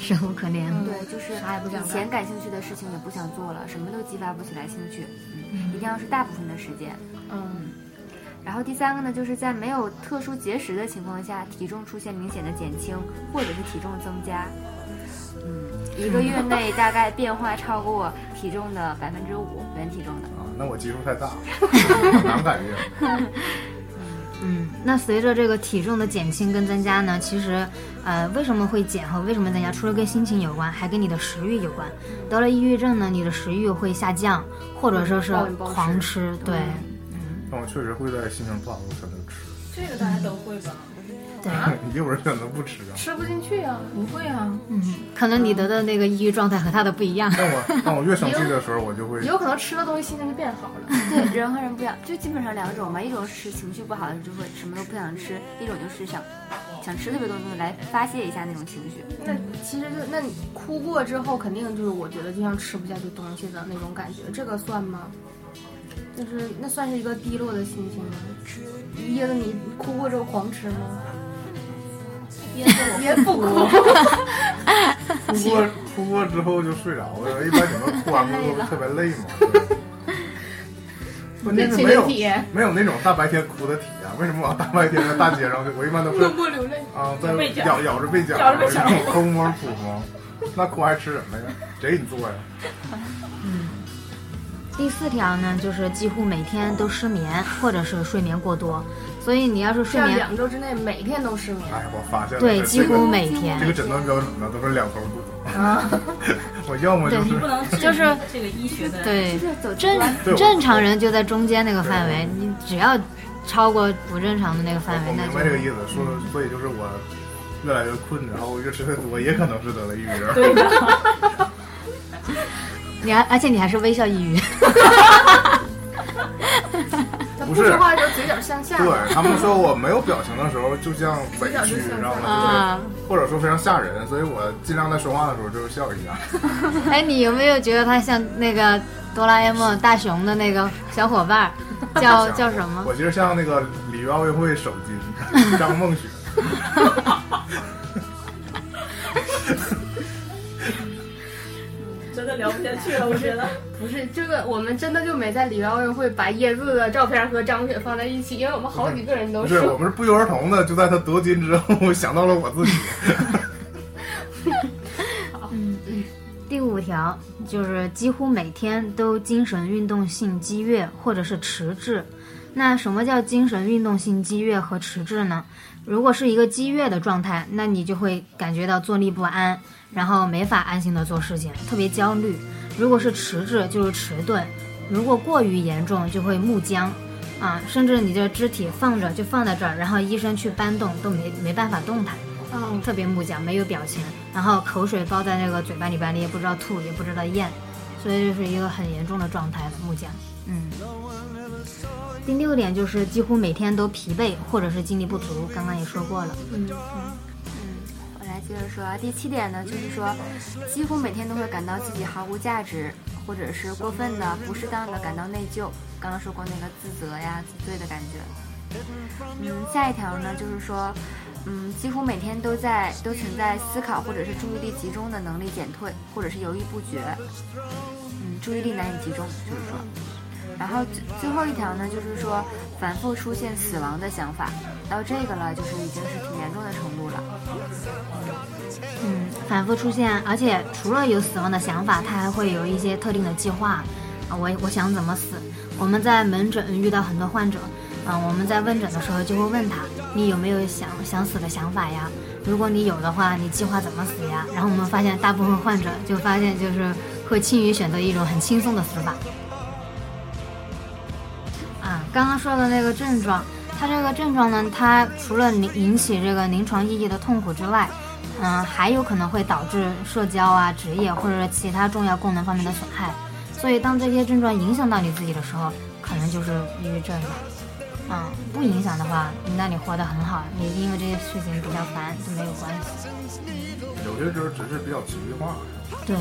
S6: 生无嗯可啊恋，
S7: 对，就是
S6: 啥也不想
S7: 以前感兴趣的事情也不想做了，什么都激发不起来兴趣，嗯，一定要是大部分的时间。
S4: 嗯，
S7: 然后第三个呢，就是在没有特殊节食的情况下，体重出现明显的减轻，或者是体重增加。嗯，一个月 内大概变化超过体重的百分之五，原体重的。
S3: 啊，那我基数太大了，很难改变。
S6: 嗯，那随着这个体重的减轻跟增加呢，其实，呃，为什么会减和为什么增加，除了跟心情有关，还跟你的食欲有关。得了抑郁症呢，你的食欲会下降，或者说是
S4: 暴饮暴食嗯
S6: 狂吃，对
S3: 但我确实会在心情不好的时候才能吃，
S5: 这个大家都会吧？
S6: 对，
S3: 有人可能不吃啊。
S4: 吃不进去啊。
S5: 不会啊，
S6: 嗯，可能你得的那个抑郁状态和他的不一样。
S3: 但我当我越生气的时候，我就会
S4: 有可能吃了东西心情就变好了。
S7: 对，人和人不一样，就基本上两种嘛，一种是情绪不好就会什么都不想吃，一种就是想想吃特别多东西来发泄一下那种情绪。
S4: 那其实就那你哭过之后，肯定就是我觉得就像吃不下去东西的那种感觉，这个算吗？就是那算是一个低落的心情吗？椰子，你哭过之后狂吃吗？ 也不哭，
S3: 哭过哭过之后就睡着了。一般你们哭完之后特别累嘛。对关键是没有没有那种大白天哭的体验。为什么我大白天在大街上，我一般 都是
S4: 不流泪。
S3: 啊，在
S5: 被夹
S3: 咬咬着被夹，
S5: 咬着被夹
S3: 然后抠摸扑摸，那哭还吃什么呀？谁给你做呀？
S6: 第四条呢，就是几乎每天都失眠，或者是睡眠过多，所以你要是
S4: 这
S6: 睡
S4: 样
S6: 眠，
S4: 两周之内每天都失眠，
S3: 哎，我发现了，
S6: 对，
S3: 这
S6: 几
S3: 这个
S6: 乎每天
S3: 这，个诊断标准呢都是两头堵。
S4: 啊
S3: 我要么就
S6: 对
S3: 是
S6: 你
S5: 不能
S6: 就
S5: 就是这个医学的
S6: 对
S7: 就，是走
S6: 正
S3: 对我
S6: 正常人就在中间那个范围，你只要超过不正常的那个范
S3: 我
S6: 围，那
S3: 明
S6: 就
S3: 白这个意思，说所以就是我越来越困，然后越吃越多，也可能是得了抑郁症。
S5: 对的，
S6: 你还而且你还是微笑抑郁，
S4: 他
S3: 不
S4: 不
S3: 是
S4: 说话的时候嘴角向下。
S3: 对他们说我没有表情的时候就像 委屈，你知道吗
S6: 啊？
S3: 就是或者说非常吓人，所以我尽量在说话的时候就是笑一下。
S6: 哎，你有没有觉得他像那个哆啦 A 梦大雄的那个小 伙伴儿，叫哦叫什么？
S3: 我其实像那个里约奥运会首 金张梦雪，
S5: 真的聊不下去了，我觉得。
S4: 不是这个，我们真的就没在里约奥运会把椰子的照片和张雪放在一起，因为我们好几个 人都
S3: 不是，
S4: 说
S3: 我们是不约而同的，就在他夺金之后， 我想到了我自己。
S6: 第五条就是几乎每天都精神运动性激越或者是迟滞。那什么叫精神运动性激越和迟滞呢？如果是一个激越的状态，那你就会感觉到坐立不安，然后没法安心的做事情，特别焦虑。如果是迟滞，就是迟钝；如果过于严重，就会木僵，啊，甚至你这肢体放着就放在这儿，然后医生去搬动都没没办法动弹。
S4: 嗯，
S6: 特别木僵，没有表情，然后口水包在那个嘴巴里边，你也不知道吐，也不知道咽，所以就是一个很严重的状态，木僵。嗯。第六点就是几乎每天都疲惫或者是精力不足，刚刚也说过了。
S7: 我嗯来接着说啊，第七点呢，就是说，几乎每天都会感到自己毫无价值，或者是过分的、不适当的感到内疚。刚刚说过那个自责呀、自罪的感觉。嗯，下一条呢，就是说，嗯，几乎每天都在都存在思考或者是注意力集中的能力减退，或者是犹豫不决。嗯，注意力难以集中，就是说。然后最最后一条呢，就是说反复出现死亡的想法，到这个了，就是已经是挺严重的程度了。
S6: 嗯，反复出现，而且除了有死亡的想法，他还会有一些特定的计划。啊，我我想怎么死？我们在门诊遇到很多患者，啊、嗯、我们在问诊的时候就会问他，你有没有想想死的想法呀？如果你有的话，你计划怎么死呀？然后我们发现大部分患者就发现就是会倾于选择一种很轻松的死法。啊，刚刚说的那个症状，它这个症状呢，它除了引引起这个临床意义的痛苦之外，嗯，还有可能会导致社交啊、职业或者其他重要功能方面的损害。所以，当这些症状影响到你自己的时候，可能就是抑郁症了。嗯，不影响的话，那你活得很好，你因为这些事情比较烦就没有关系。
S3: 有些时候只是比较情绪化，
S6: 对，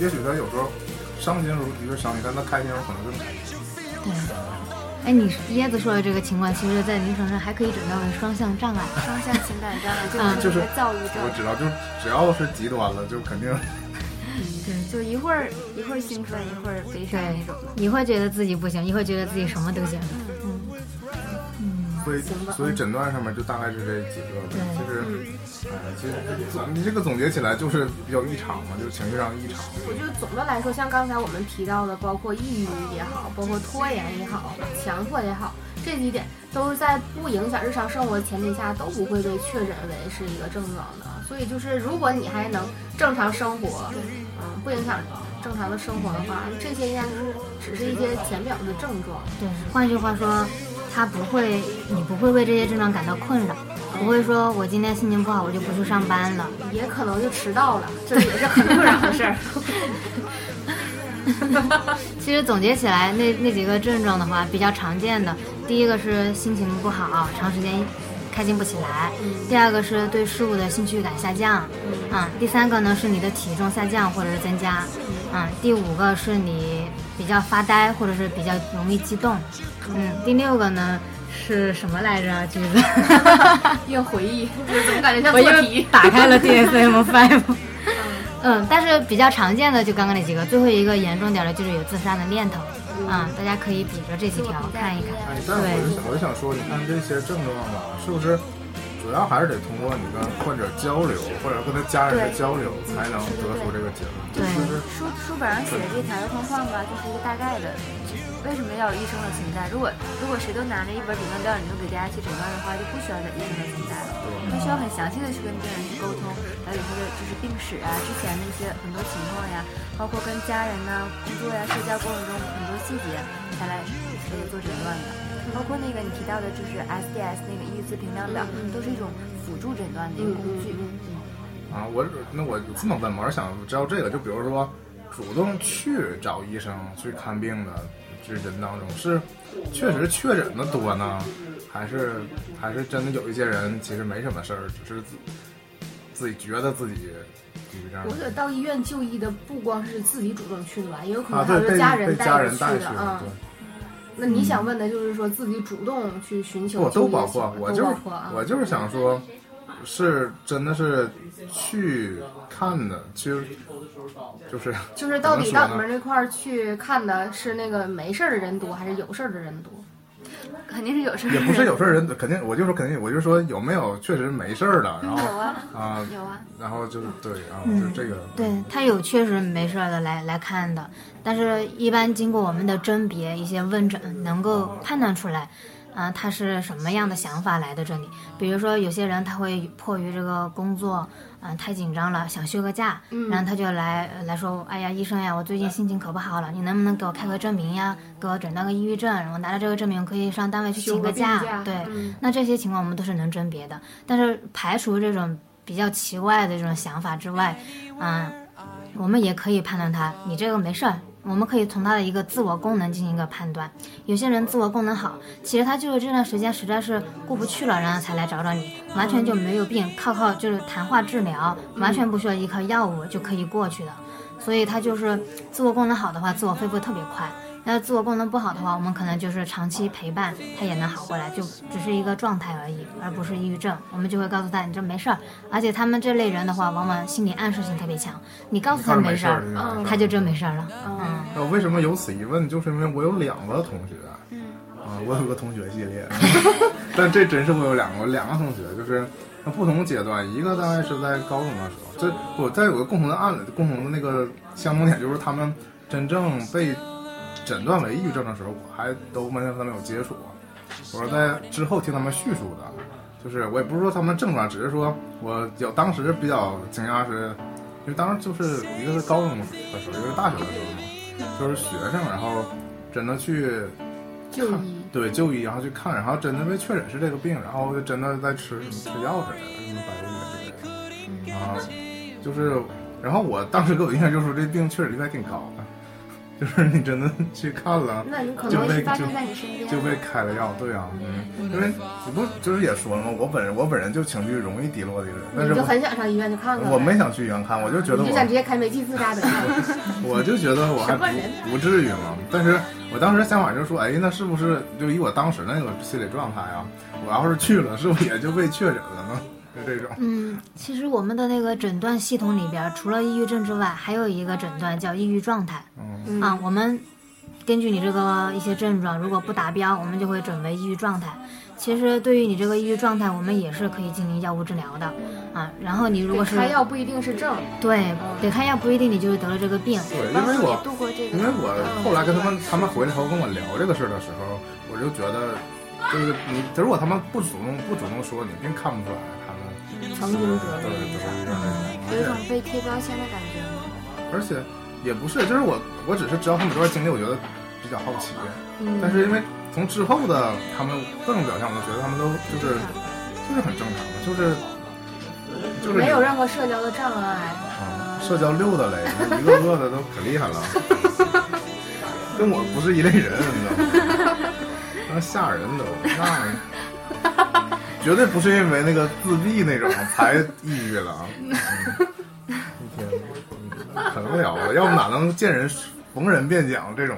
S3: 也许他有时候伤心的时候的确伤心，但他开心的时候可能就是开心。
S6: 对。哎，你椰子说的这个情况，其实在临床上还可以诊断为双向障碍。
S7: 双向情感障碍
S6: 嗯
S7: 就
S3: 就是是
S7: 一个躁郁症
S3: 我，知道，就是只要是极端了，就肯定
S7: 就一会儿一会儿兴奋，一会儿悲伤那种。
S6: 你会觉得自己不行，你会觉得自己什么都行。
S3: 所以所以诊断上面就大概是这几个呗。
S6: 对
S3: 其实，哎、其实总你这个总结起来就是比较异常嘛，就是情绪上异常。
S4: 我觉得总的来说，像刚才我们提到的，包括抑郁也好，包括拖延也好，强迫也好，这几点都是在不影响日常生活的前提下，都不会被确诊为是一个症状的。所以就是，如果你还能正常生活，嗯，不影响正常的生活的话，这些应该就是只是一些浅表的症状。
S6: 对，换句话说，他不会，你不会为这些症状感到困扰，不会说我今天心情不好，我就不去上班了。
S4: 也可能就迟到了，这也是很困扰的事儿。
S6: 其实总结起来，那那几个症状的话，比较常见的，第一个是心情不好，长时间开心不起来；
S4: 嗯
S6: 第二个是对事物的兴趣感下降，嗯；第三个呢是你的体重下降或者是增加，嗯；第五个是你比较发呆或者是比较容易激动，嗯；第六个呢是什么来着？橘 子，
S4: 越回忆，我怎么感觉像
S6: 我
S4: 做
S6: 又
S4: 题？
S6: 打开了 DSM Five。嗯，但是比较常见的就刚刚那几个，最后一个严重点的就是有自杀的念头。啊、大家可以比着这几条看一看。
S3: 哎，但是我就想我就想说，你看这些症状吧，是不是主要还是得通过你跟患者交流，或者跟他家人的交流，才能得出这个结论。
S6: 对
S3: 就是
S7: 书书本上写的这条的框框吧，就是一个大概的，为什么要有医生的存在？如果如果谁都拿着一本诊断表，你就给大家去诊断的话，就不需要有医生的存在了。你需要很详细的去跟病人去沟通，了解他的就是病史啊，之前的一些很多情况呀，包括跟家人呐、工作呀、社交过程中很多细节，才来这个做诊断的。包括那个你提到的，就是 SDS 那个抑郁自评量表，
S6: 嗯
S7: 都是一种辅助诊断的一个工具。
S3: 啊，我那我这么问吧，我是想知道这个，就比如说主动去找医生去看病的这人当中，是确实确诊的多呢，还是还是真的有一些人其实没什么事儿，只是自自己觉得自己抑郁症
S4: 我觉得到医院就医的不光是自己主动去的吧，也有可
S3: 啊，
S4: 能还
S3: 对，
S4: 是
S3: 被
S4: 家
S3: 被
S4: 人
S3: 家
S4: 带
S3: 人
S4: 着
S3: 带
S4: 去
S3: 去
S4: 的
S3: 的，
S4: 啊
S3: 对。。
S4: 那你想问的就是说自己主动去寻求
S3: 嗯我
S4: 就
S3: 都
S4: 业
S3: 包
S4: 去
S3: 括
S4: 吗，
S3: 我
S4: 都
S3: 就是
S4: 包括啊
S3: 我就是想说，是真的是去看的，其实就是
S4: 就是到底
S3: 怎么
S4: 到
S3: 说
S4: 你
S3: 呢
S4: 们这块儿去看的是那个没事儿的人多，还是有事儿的人多？
S7: 肯定是有事 儿
S3: 也不是有事儿人，肯定我就说肯定，我就说有没有确实没事儿的，然后
S7: 有啊
S3: 啊、
S7: 有啊。
S3: 然后就是对，然后就是这个，
S6: 对他有确实没事儿的来来看的，但是一般经过我们的甄别、一些问诊，能够判断出来，啊、他是什么样的想法来的这里。比如说有些人他会迫于这个工作，嗯、太紧张了，想休个假，
S4: 嗯
S6: 然后他就来来说，哎呀，医生呀，我最近心情可不好了，你能不能给我开个证明呀，给我诊断个抑郁症，然后拿着这个证明可以上单位去
S4: 休
S6: 请
S4: 个病
S6: 假，
S4: 假
S6: 对，
S4: 嗯
S6: 那这些情况我们都是能甄别的，但是排除这种比较奇怪的这种想法之外，嗯，我们也可以判断他，你这个没事儿。我们可以从他的一个自我功能进行一个判断。有些人自我功能好，其实他就是这段时间实在是过不去了，然后才来找找你，完全就没有病，靠靠就是谈话治疗，完全不需要依靠药物就可以过去的。所以他就是自我功能好的话，自我恢复特别快。那自我功能不好的话，我们可能就是长期陪伴，他也能好过来，就只是一个状态而已，而不是抑郁症。我们就会告诉他，你这没事儿。而且他们这类人的话，往往心理暗示性特别强，你告诉他
S3: 他
S6: 没
S3: 没
S6: 事
S3: 儿
S6: 儿，，
S3: 嗯
S6: 他就真没事儿了。
S4: 嗯，
S3: 那为什么有此一问？就是因为我有两个同学，啊，我有个同学系列， 但这真是我有两个，我两个同学就是他不同阶段，一个大概是在高中的时候，这我但有个共同的案例，共同的那个相同点就是他们真正被诊断为抑郁症的时候，我还都没跟他们有接触过，我是在之后听他们叙述的，就是我也不是说他们正传，只是说我有当时比较惊讶是，因为当时就是一个是高中的时候，一个是大学的时候嘛，就是学生，然后真的去
S4: 就医
S3: 对就医，然后去看，然后真的被确诊是这个病，然后就真的在吃吃药之类的，什么百日之类的。啊，就是，然后我当时给我印象就是说这病确实率还挺高的，就是你真的去看了，
S4: 那你可
S3: 就
S4: 能
S3: 被
S4: 是
S7: 发
S3: 就
S7: 生在你身边，
S3: 就被开了药，对啊，嗯，因为我不就是也说了吗？我本人我本人就情绪容易低落的一个人，但是
S4: 你就
S3: 我
S4: 很想上医院去看看。
S3: 我没，想去医院看，我就觉得
S4: 你就想
S3: 我
S4: 直接开煤气自杀得了。
S3: 我就觉得我还
S4: 什么人啊
S3: 不不至于嘛。但是我当时想法就是说，哎，那是不是就以我当时那个心理状态啊，我要是去了，是不是也就被确诊了呢？就这种，
S6: 嗯，其实我们的那个诊断系统里边儿，除了抑郁症之外，还有一个诊断叫抑郁状态。
S3: 嗯，
S4: 嗯
S6: 啊，我们根据你这个一些症状，如果不达标，我们就会准备抑郁状态。其实对于你这个抑郁状态，我们也是可以进行药物治疗的啊。然后你如果
S4: 对
S6: 是
S4: 开药不一定是症，
S6: 对得看药，不一定你就是得了这个病。
S3: 对，因
S7: 帮
S3: 为
S7: 助
S3: 我
S7: 你度过这个。嗯
S3: 因为我后来跟他们他们回来后跟我聊这个事儿的时候，我就觉得，就是你如果他们不主动不主动说，你并看不出来他们
S4: 曾经得
S3: 对
S4: 过
S3: 对
S4: 啥。
S3: 对，
S7: 嗯有一
S3: 对
S7: 种被贴标签的感觉吗？
S3: 而且也不是，就是我我只是知道他们这段经历，我觉得比较好奇，
S7: 嗯
S3: 但是因为从之后的他们各种表现，我都觉得他们都就是就是很正常的，就是就是
S4: 没有任何社交的障碍，
S3: 啊社交溜达嘞，那一个个的都可厉害了，跟我不是一类人，你知道吗？那吓人都，那绝对不是因为那个自闭那种才抑郁了啊！嗯一天嗯可能不了了，要不哪能见人逢人便讲这种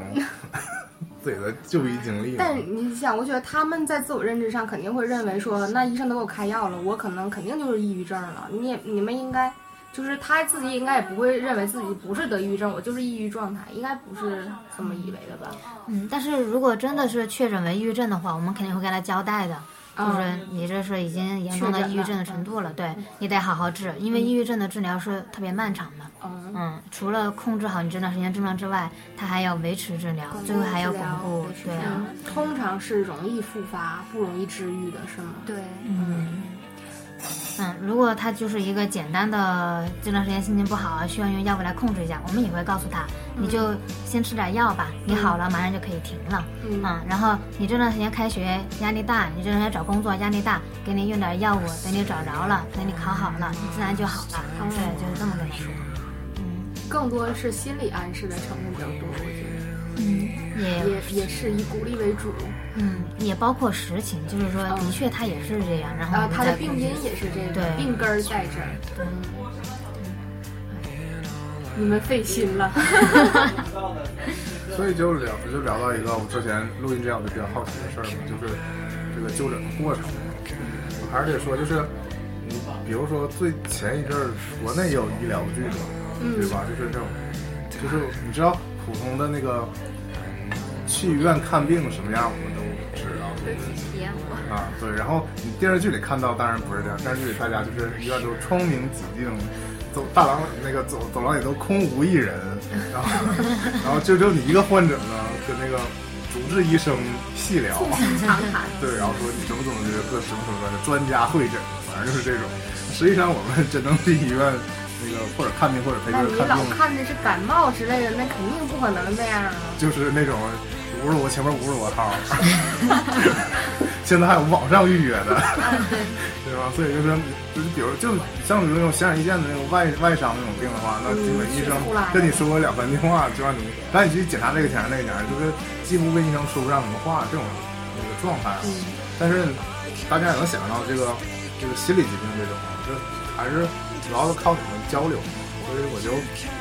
S3: 自己的就医经历呢？
S4: 但你想，我觉得他们在自我认知上肯定会认为说，那医生都给我开药了，我可能肯定就是抑郁症了。你也你们应该，就是他自己应该也不会认为自己不是得抑郁症，我就是抑郁状态，应该不是这么以为的吧？
S6: 嗯，但是如果真的是确诊为抑郁症的话，我们肯定会跟他交代的，就是
S4: 嗯
S6: 你这是已经严重到
S4: 确诊
S6: 抑郁
S4: 了
S6: 症的程度了，对你得好好治，因为抑郁症的治疗是特别漫长的。
S4: 嗯，
S6: 嗯，除了控制好你这段时间症状之外，它还要维持治疗，最后还要巩固
S7: 维持，治
S6: 对
S7: 疗
S4: 嗯
S6: 啊，
S4: 通常是容易复发，不容易治愈的是吗？
S7: 对，
S6: 嗯。嗯，如果他就是一个简单的这段时间心情不好啊，需要用药物来控制一下，我们也会告诉他，你就先吃点药吧，你好了马上就可以停了。
S4: 嗯
S6: 啊，然后你这段时间开学压力大，你这段时间找工作压力大，给你用点药物，等你找着了，等你考好了，你自然就好了。对，就是这么跟他说。
S4: 更多是心理暗示的成分比较多，我觉得
S6: 嗯，也
S4: 也也是以鼓励为主，
S6: 嗯，也包括实情，就是说，
S4: 嗯
S6: 的确他也是这样，然后
S4: 然后
S6: 我们
S4: 他呃的
S6: 再
S4: 病因也是这个
S6: 对，嗯
S4: 病根儿在这儿。你们费心 了，
S3: 所以就聊就聊到一个我之前录音之前我就比较好奇的事儿嘛，就是这个就诊的过程。我还是得说，就是你比如说最前一阵儿国内也有医疗剧嘛，对吧？就是这种，就是你知道普通的那个嗯去医院看病什么样，我们都知道。
S7: 体验过。
S3: 啊，对，然后你电视剧里看到当然不是这样，电视剧里大家就是医院都窗明几净，走大廊那个走走廊也都空无一人，然 后然后就只有你一个患者呢，跟那个主治医生细聊，
S4: 长谈。
S3: 对，然后说你怎么怎么这个什么什么的专家会诊，反正就是这种。实际上我们真正去医院那个或者看病或者陪
S4: 那
S3: 病
S4: 你
S3: 看
S4: 老
S3: 病，
S4: 看的是感冒之类的，那肯定不可能这样啊。
S3: 就是那种五十五前面五十五号，现在还有网上预约的，啊 对吧？所以就是就是，比如就像那种显而易见的那种外外伤那种病的话，那基本医生跟你说两三句话，就让你赶紧去检查这个检查那个检查，就是几乎跟医生说不上什么话这种那个状态。啊但是大家也能想象到这个这个心理疾病这种，这还是主要是靠你们交流。所以我就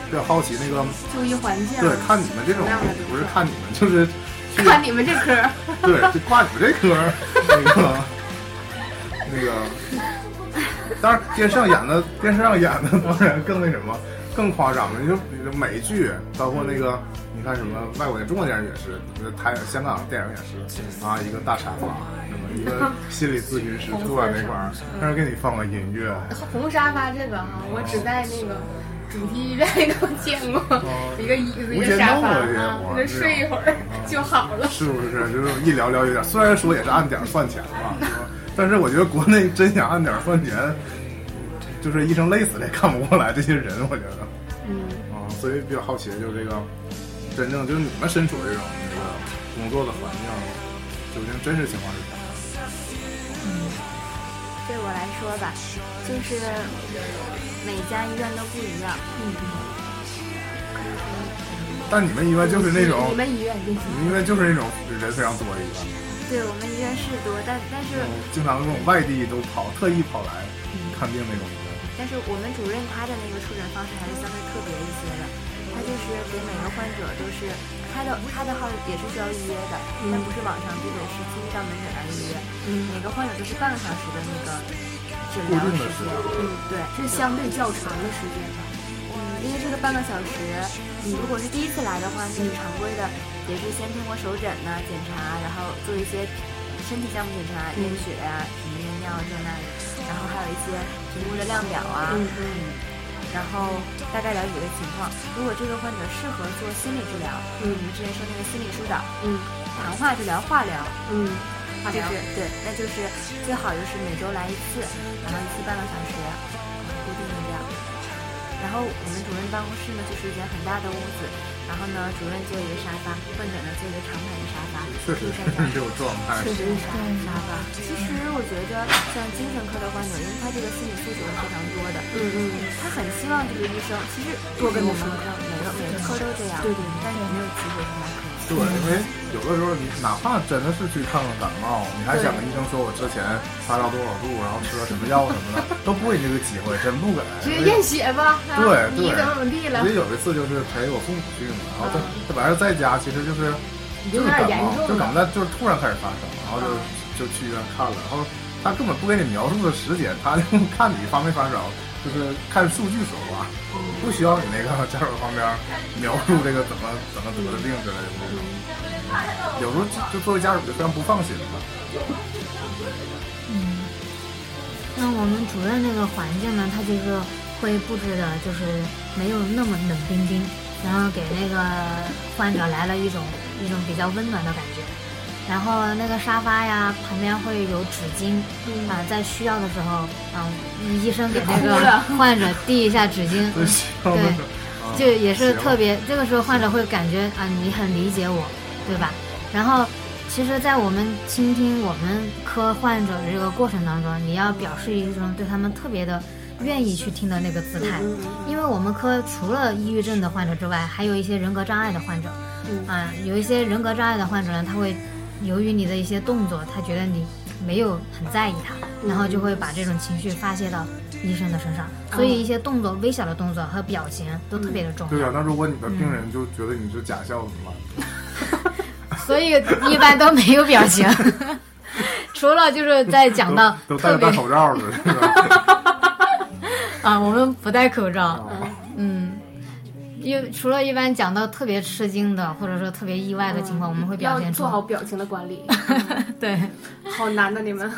S3: 比较好奇那个。
S4: 就医环境，
S3: 对，看你们这种不是看你们，就是去
S4: 看你们这科儿，
S3: 对，就挂你们这科儿那个那个。当然，电视上演的，电视上演的当然更那什么，更夸张了。你就比如美剧，包括那个，你看什么外国的中国电影也是，你说台香港电影也是啊，一个大傻瓜，什么一个心理咨询师坐在那块儿，但是给你放个音乐，
S4: 红沙发这个哈，我只在那个主题医院也都见过，一个椅子，一
S3: 无
S4: 个
S3: 间
S4: 沙
S3: 道
S4: 发
S3: 啊这些
S4: 啊，
S3: 活
S4: 你
S3: 儿
S4: 就是睡一
S3: 吧
S4: 会儿就好了。
S3: 是不是？就是一聊聊有点，虽然说也是按点儿算钱吧，是吧但是我觉得国内真想按点儿算钱，就是医生累死了也干不过来这些人，我觉得。嗯。啊，所以比较好奇的就是这个，真正就是你们身处这种这个工作的环境，究竟真实情况是啥？
S7: 对我来说吧，就是每家医院都不一样。
S3: 但你们医院就是那种
S4: 你，们医院就是
S3: 你们医院就是那种人非常多的医院，
S7: 对我们医院是多，但但是
S3: 经常从外地都跑，特意跑来看病那种医院。
S7: 但是我们主任他的那个触诊方式还是相对特别一些的，他就是给每个患者都是他的他的号也是需要预约的，但不是网上预约，是亲自到门诊来预约。每个患者都是半个小时的那个
S3: 嗯
S7: 诊
S3: 固
S7: 疗
S3: 定的
S7: 时
S3: 时
S7: 间
S3: 间。
S7: 嗯，对，
S4: 是相对较长的时间吧。
S7: 嗯，因为这个半个小时，你如果是第一次来的话，就是常规的，也是先通过手诊呐、检查，然后做一些身体项目检查，验血呀、什么验尿这那的，然后还有一些评估的量表啊，嗯然后大概了解个情况。如果这个患者适合做心理治疗，嗯，我们之前说那个心理疏导，
S4: 嗯，
S7: 谈话治疗、化疗，
S4: 嗯，
S7: 化疗，对，那就是最好就是每周来一次，然后一次半个小时，嗯固定的量。然后我们主任办公室呢，就是一间很大的屋子，然后呢，主任坐一个沙发，患者呢坐一个长排的沙发，
S3: 确实 是这种状态，
S7: 确实是沙沙发。其实我觉着，像精神科的患者，因为他这个心理诉求是非常多的，嗯嗯，他很希望这个医生，其实多跟我们每个每个科都这样，对对，但你没有机会去看科。
S3: 对，因为有的时候你哪怕真的是去看看感冒，你还想跟医生说我之前发烧多少度，然后吃了什么药什么 的，都不给你这个机会，真不给。
S4: 直接验血吧，啊
S3: 对对
S4: 你怎么怎么地了嗯
S3: 所，以有一次就是陪我父母去嘛，然后在这完事在家其实就是就
S4: 有
S3: 是
S4: 点
S3: 感
S4: 严
S3: 冒，就
S4: 重
S3: 感
S4: 了。
S3: 冒就是突然开始发烧，然后就就去医院看了，然后他根本不给你描述的时间，他就看你发没发烧，就是看数据说话，不需要你那个家属旁边描述这个怎么怎么得的病之类的那种。有时候就就作为家属就非常不放心了。
S6: 那我们主任那个环境呢，他就是会布置的，就是没有那么冷冰冰，然后给那个患者来了一种一种比较温暖的感觉。然后那个沙发呀，旁边会有纸巾，啊、在需要的时候，啊、医生给那个患者递一下纸 巾，
S3: 所以希望
S6: 对
S3: 就是啊
S6: 就也是特
S3: 行
S6: 别，这个时候患者会感觉啊，你很理解我，对吧？然后，其实，在我们倾听我们科患者的这个过程当中，你要表示一种对他们特别的愿意去听的那个姿态，
S3: 嗯
S6: 因为我们科除了抑郁症的患者之外，还有一些人格障碍的患者，
S3: 嗯
S6: 啊，有一些人格障碍的患者呢，他会由于你的一些动作，他觉得你没有很在意他，
S3: 嗯
S6: 然后就会把这种情绪发泄到医生的身上，
S3: 嗯
S6: 所以一些动作、微小的动作和表情都特别的重要。
S3: 对呀、那如果你的病人就觉得你是假笑怎么办？
S6: 所以一般都没有表 情，除了就是在讲到
S3: 都戴
S6: 嗯特
S3: 着
S6: 别
S3: 大口罩了，是吧？
S6: 啊，我们不戴口罩，嗯。因除了一般讲到特别吃惊的，或者说特别意外的情况，我们会表
S4: 要
S6: 现出
S4: 做好表情的管 理，
S6: 对，
S4: 好难的你们。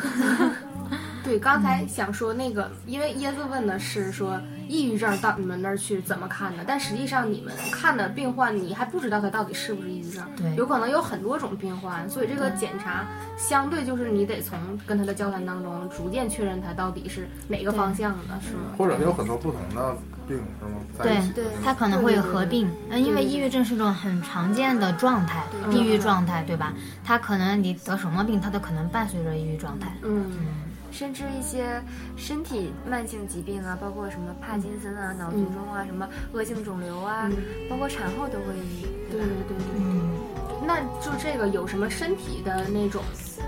S4: 对，刚才想说那个，因为椰子问的是说抑郁症到你们那儿去怎么看的，但实际上你们看的病患，你还不知道他到底是不是抑郁症，
S6: 对
S4: 有可能有很多种病患，所以这个检查相对就是你得从跟他的交谈当中逐渐确认他到底是哪个方向的，是吗？
S3: 或者有很多不同的病是吗？在一起的
S6: 对
S3: 那种
S6: 它可能会有合并，嗯，因为抑郁症是一种很常见的状态，抑郁状态，对吧？它可能你得什么病，它都可能伴随着抑郁状态。
S4: 嗯，
S7: 甚至一些身体慢性疾病啊，包括什么帕金森啊、
S4: 嗯
S7: 脑卒中啊、什么恶性肿瘤啊，包括产后都会抑郁，
S4: 对
S7: 对
S4: 嗯对
S7: 吧？
S4: 对对。
S6: 嗯，
S4: 那就这个有什么身体的那种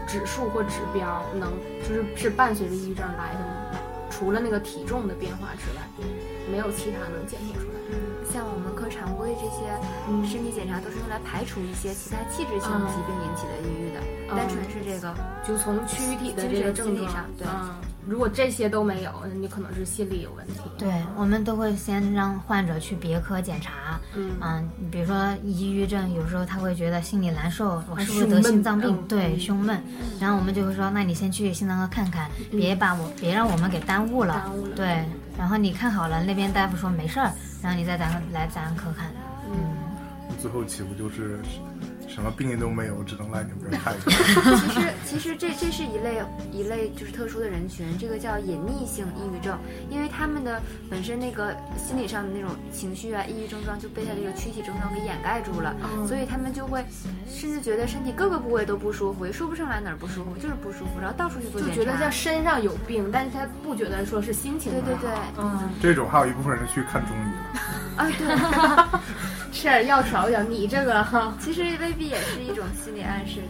S4: 指数或指标能，就是是伴随着抑郁症来的吗？除了那个体重的变化之外，没有其他能检测出来的。
S7: 像我们科常规这些
S4: 嗯
S7: 身体检查都是用来排除一些其他器质性疾病引起的抑郁的，单纯是这个。
S4: 就从躯体的这个症
S7: 精神心理
S4: 状
S7: 上对
S4: 嗯，如果这些都没有，那你可能是心理有问题。
S6: 对，我们都会先让患者去别科检查，
S4: 嗯
S7: 啊
S6: 嗯，比如说抑郁症，有时候他会觉得心里难受，我是不
S4: 啊
S6: 是
S4: 胸
S6: 得
S4: 闷
S6: 心脏病？
S4: 嗯
S6: 对，胸闷。然后我们就会说，那你先去心脏科看看，别把我别让我们给耽误了。
S4: 耽误了
S6: 对，然后你看好了，那边大夫说没事儿，然后你再咱来咱科看。
S3: 最后岂不就是什么病因都没有，只能来你们这儿看一看？
S7: 其实，其实这这是一类一类就是特殊的人群，这个叫隐匿性抑郁症，因为他们的本身那个心理上的那种情绪啊、抑郁症状就被他这个躯体症状给掩盖住了，
S4: 嗯
S7: 所以他们就会甚至觉得身体各个部位都不舒服，也说不上来哪儿不舒服，就是不舒服，然后到处去做
S4: 就
S7: 检查，
S4: 觉得叫身上有病，但是他不觉得说是心情
S7: 对对
S4: 不
S7: 对
S4: 好，
S7: 嗯，
S3: 这种还有一部分人去看中医 了，
S7: 啊对。
S4: 是要调调。你这个哈，
S7: 其实未必也是一种心理暗示。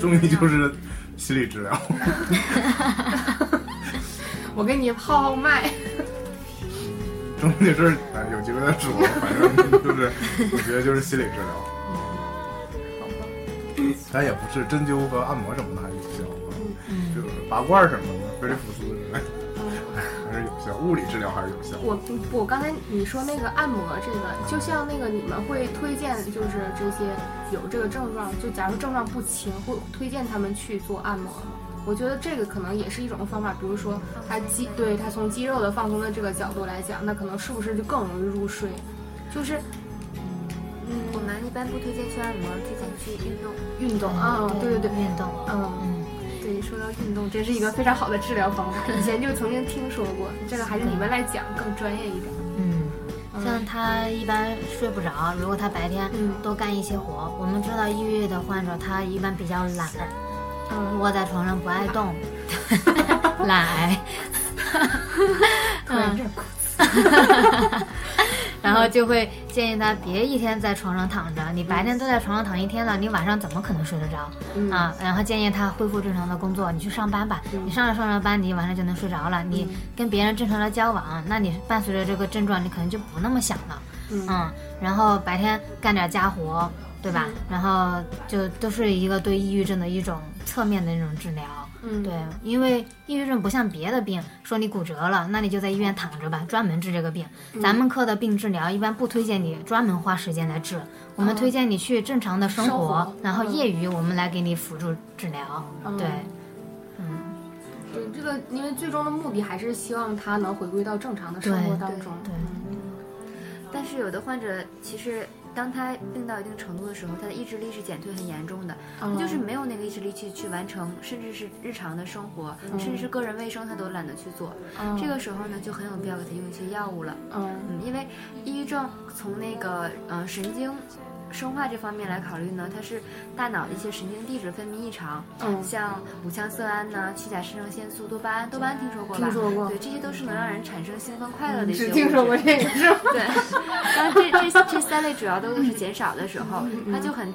S3: 中医就是心理治疗。
S4: 我给你号号脉，
S3: 中医的事儿，哎，有机会再说。反正 就是，我觉得就是心理治疗。但也不是针灸和按摩什么的还有效啊，
S4: 嗯
S3: 就是拔罐儿什么的，菲利普斯之类的
S4: 嗯
S3: 还是有效。物理治疗还是有效。
S4: 我不我刚才你说那个按摩这个，就像那个你们会推荐，就是这些有这个症状，就假如症状不轻，会推荐他们去做按摩吗？我觉得这个可能也是一种方法，比如说他肌对他从肌肉的放松的这个角度来讲，那可能是不是就更容易入睡？就是
S7: 嗯我们一般不推荐去按摩，推荐去运动。
S4: 运动啊，对对对，
S6: 运动。
S4: 嗯。
S6: 嗯，
S4: 对，说到运动，真是一个非常好的治疗方法。以前就曾经听说过，这个还是你们来讲更专业一点。
S6: 嗯，像他一般睡不着，如果他白天
S4: 嗯
S6: 多干一些活，我们知道抑郁的患者他一般比较懒，
S4: 嗯
S6: 窝在床上不爱动， 懒癌。 嗯， 然后就会建议他别一天在床上躺着，你白天都在床上躺一天了，你晚上怎么可能睡得着、啊？然后建议他恢复正常的工作，你去上班吧，你上着上着班，你晚上就能睡着了。你跟别人正常的交往，那你伴随着这个症状，你可能就不那么想了。嗯然后白天干点家活，对吧？然后就都是一个对抑郁症的一种侧面的那种治疗。
S4: 嗯
S6: 对，因为抑郁症不像别的病，说你骨折了，那你就在医院躺着吧，专门治这个病。咱们科的病治疗一般不推荐你专门花时间来治，我们推荐你去正常的生活，
S4: 生活
S6: 然后
S4: 嗯
S6: 业余我们来给你辅助治疗。对，
S4: 对，这个因为最终的目的还是希望他能回归到正常的生活当中。
S6: 对
S7: 但是有的患者其实，当他病到一定程度的时候，他的意志力是减退很严重的，
S4: 嗯
S7: 他就是没有那个意志力去去完成，甚至是日常的生活，甚
S4: 嗯
S7: 至是个人卫生，他都懒得去做。这个时候呢，就很有必要给他用一些药物了。
S4: 嗯
S7: 嗯，因为抑郁症从那个呃神经生化这方面来考虑呢，它是大脑的一些神经递质分泌异常，
S4: 嗯
S7: 像五羟色胺呐、去甲肾上腺素、多巴胺，多巴胺听说过吧？
S4: 听说过
S7: 对，这些都是能让人产生兴奋快乐的一些物
S4: 只
S7: 质。
S4: 听说过这个是吧？
S7: 对，然后这这这三类主要都是减少的时
S4: 嗯
S7: 候，它就很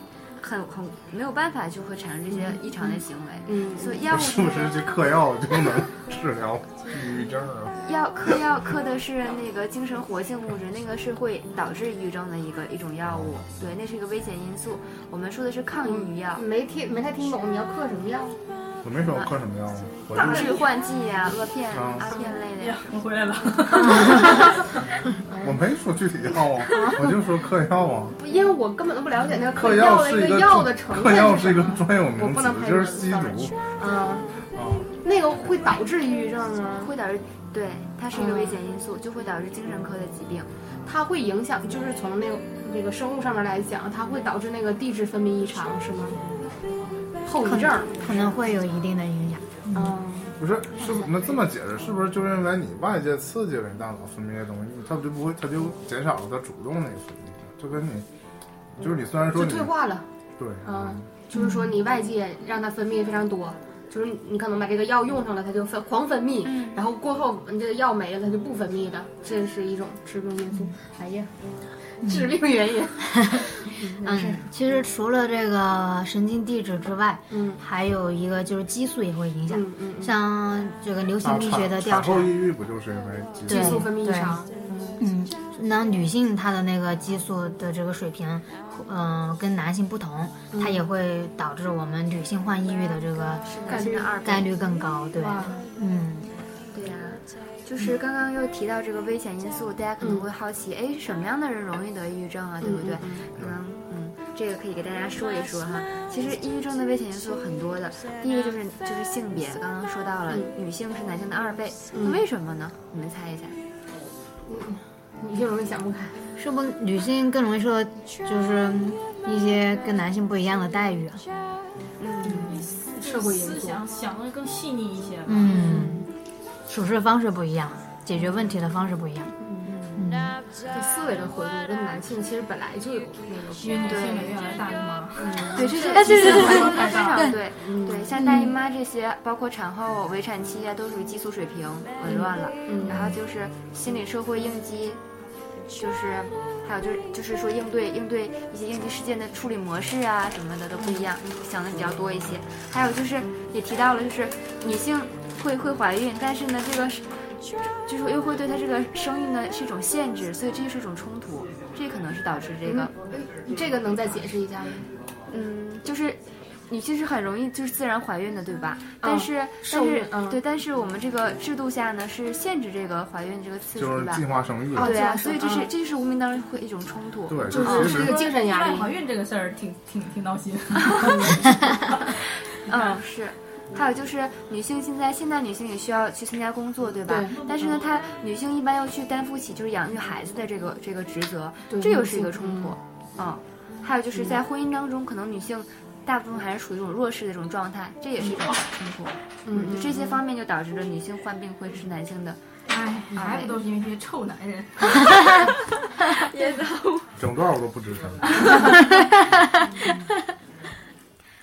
S7: 很很没有办法就会产生这些异常的行为。
S4: 嗯
S7: 所 以药物
S3: 是不是去嗑药就能治疗抑郁症啊？
S7: 药嗑药嗑的是那个精神活性物质，那个是会导致抑郁症的一个一种药物，对，那是一个危险因素。我们说的是抗抑郁药，
S4: 没听没太听懂，你要嗑什么药？
S3: 我没说我嗑什么药啊，我
S4: 嗯
S3: 就是
S7: 致幻剂呀、阿片、
S3: 嗯
S7: 阿片类的
S5: 呀
S7: 呀。，
S5: 我回 来了。
S3: 我没说具体药啊，我就说嗑药啊。
S4: 不因为我根本都不了解那个
S3: 嗑
S4: 药
S3: 药
S4: 的
S3: 是
S4: 一
S3: 一个
S4: 药的成
S3: 嗑药
S4: 分
S3: 是一个
S4: 什么
S3: 专有
S4: 我
S3: 名
S4: 不
S3: 词
S4: 能，拍
S3: 就是
S4: 桌子
S3: 吸
S4: sorry
S3: 毒。
S4: 啊，
S3: 啊，
S4: 那个会导致抑郁症啊，嗯
S7: 会导致，对，它是一个危险因素，就会导致精神科的疾病。
S4: 它会影响，就是从那个那个生物上面来讲，它会导致那个地质分泌异常是吗？后遗症。
S6: 可能会有一定的影响。
S4: 嗯，
S3: 不是，是不那这么解释，是不是就是因为你外界刺激了你大脑分泌的东西，它就不会，它就减少了它主动那个分泌，就跟你，就是你虽然说
S4: 就
S3: 你
S4: 退化了。
S3: 对，
S4: 嗯，就是说你外界让它分泌非常多，就是你可能把这个药用上了，它就分狂分泌，
S6: 嗯
S4: 然后过后你这个药没了，它就不分泌了，这是一种致病因素。哎呀，致病原 因。
S6: 嗯，其实除了这个神经递质之外，
S4: 嗯
S6: 还有一个就是激素也会影响，
S4: 嗯嗯嗯
S6: 像这个流行
S3: 啊，
S6: 病学的
S3: 产
S6: 调
S3: 产
S6: 查
S3: 后抑，郁不就是因为激
S6: 对
S4: 激
S3: 素？
S4: 素分泌异常。
S6: 嗯，那女性她的那个激素的这个水平，嗯、跟男性不同，
S7: 嗯
S6: 它也会导致我们女性患抑郁的这个
S7: 男性的二倍
S6: 概率更高，对，嗯，
S7: 对呀、就是刚刚又提到这个危险因素，大家可能会好奇，哎、什么样的人容易得抑郁症啊？对不对？可能嗯，这个可以给大家说一说哈。其实抑郁症的危险因素有很多的，第一个就是就是性别，刚刚说到了，女性是男性的二倍，那为什么呢？你们猜一下。
S4: 女性容易想不开。
S6: 是不是女性更容易受到就是一些跟男性不一样的待遇啊？
S4: 社会因素
S5: 思想想的更细腻一些吧。
S6: 嗯，处事方式不一样，解决问题的方式不一样。
S4: 就思维的回路跟男性其实本来就有那个
S5: 因为女性也越来越大姨妈，
S7: 对，这些
S6: 哎 对对对
S7: 说的非常对，
S4: 嗯
S7: 对，像大姨妈这些，包括产后、围产期啊，都属于激素水平紊乱了。
S4: 嗯
S7: 然后就是心理社会应激，就是还有就是就是说应对应对一些应急事件的处理模式啊什么的都不一样，
S4: 嗯
S7: 想的比较多一些。还有就是也提到了，就是女性会会怀孕，但是呢，这个是就是又会对她这个生育呢是一种限制，所以这就是一种冲突，这可能是导致这个。
S4: 嗯这个能再解释一下吗？
S7: 嗯，就是女性是很容易就是自然怀孕的，对吧？
S4: 嗯
S7: 但是、
S4: 受
S7: 但
S4: 孕
S7: 是、
S4: 嗯
S7: 对，但是我们这个制度下呢是限制这个怀孕这个次
S3: 就是
S7: 数，对吧
S3: 计？划生育。
S7: 对啊，
S4: 计划
S7: 所以
S4: 生
S7: 这是、
S4: 嗯
S7: 这就是无名当中会一种冲突。
S3: 对，
S4: 就
S3: 就是其实
S4: 这个精神压
S5: 意外怀
S4: 力，
S5: 孕这个事儿挺挺挺闹心。
S7: 嗯，是。还有就是女性现在现代女性也需要去参加工作，对吧？
S4: 对
S7: 但是呢，她女性一般要去担负起就是养育孩子的这个这个职责，
S4: 对
S7: 这又是一个冲突。嗯，还有就是在婚姻当中，可能女性大部分还是处于一种弱势的这种状态，这也是一种冲突。嗯，就这些方面就导致了女性患病会是男性的。
S5: 哎，还不都是因为这些臭男 人？
S3: 整段我都不吱声。
S4: 啊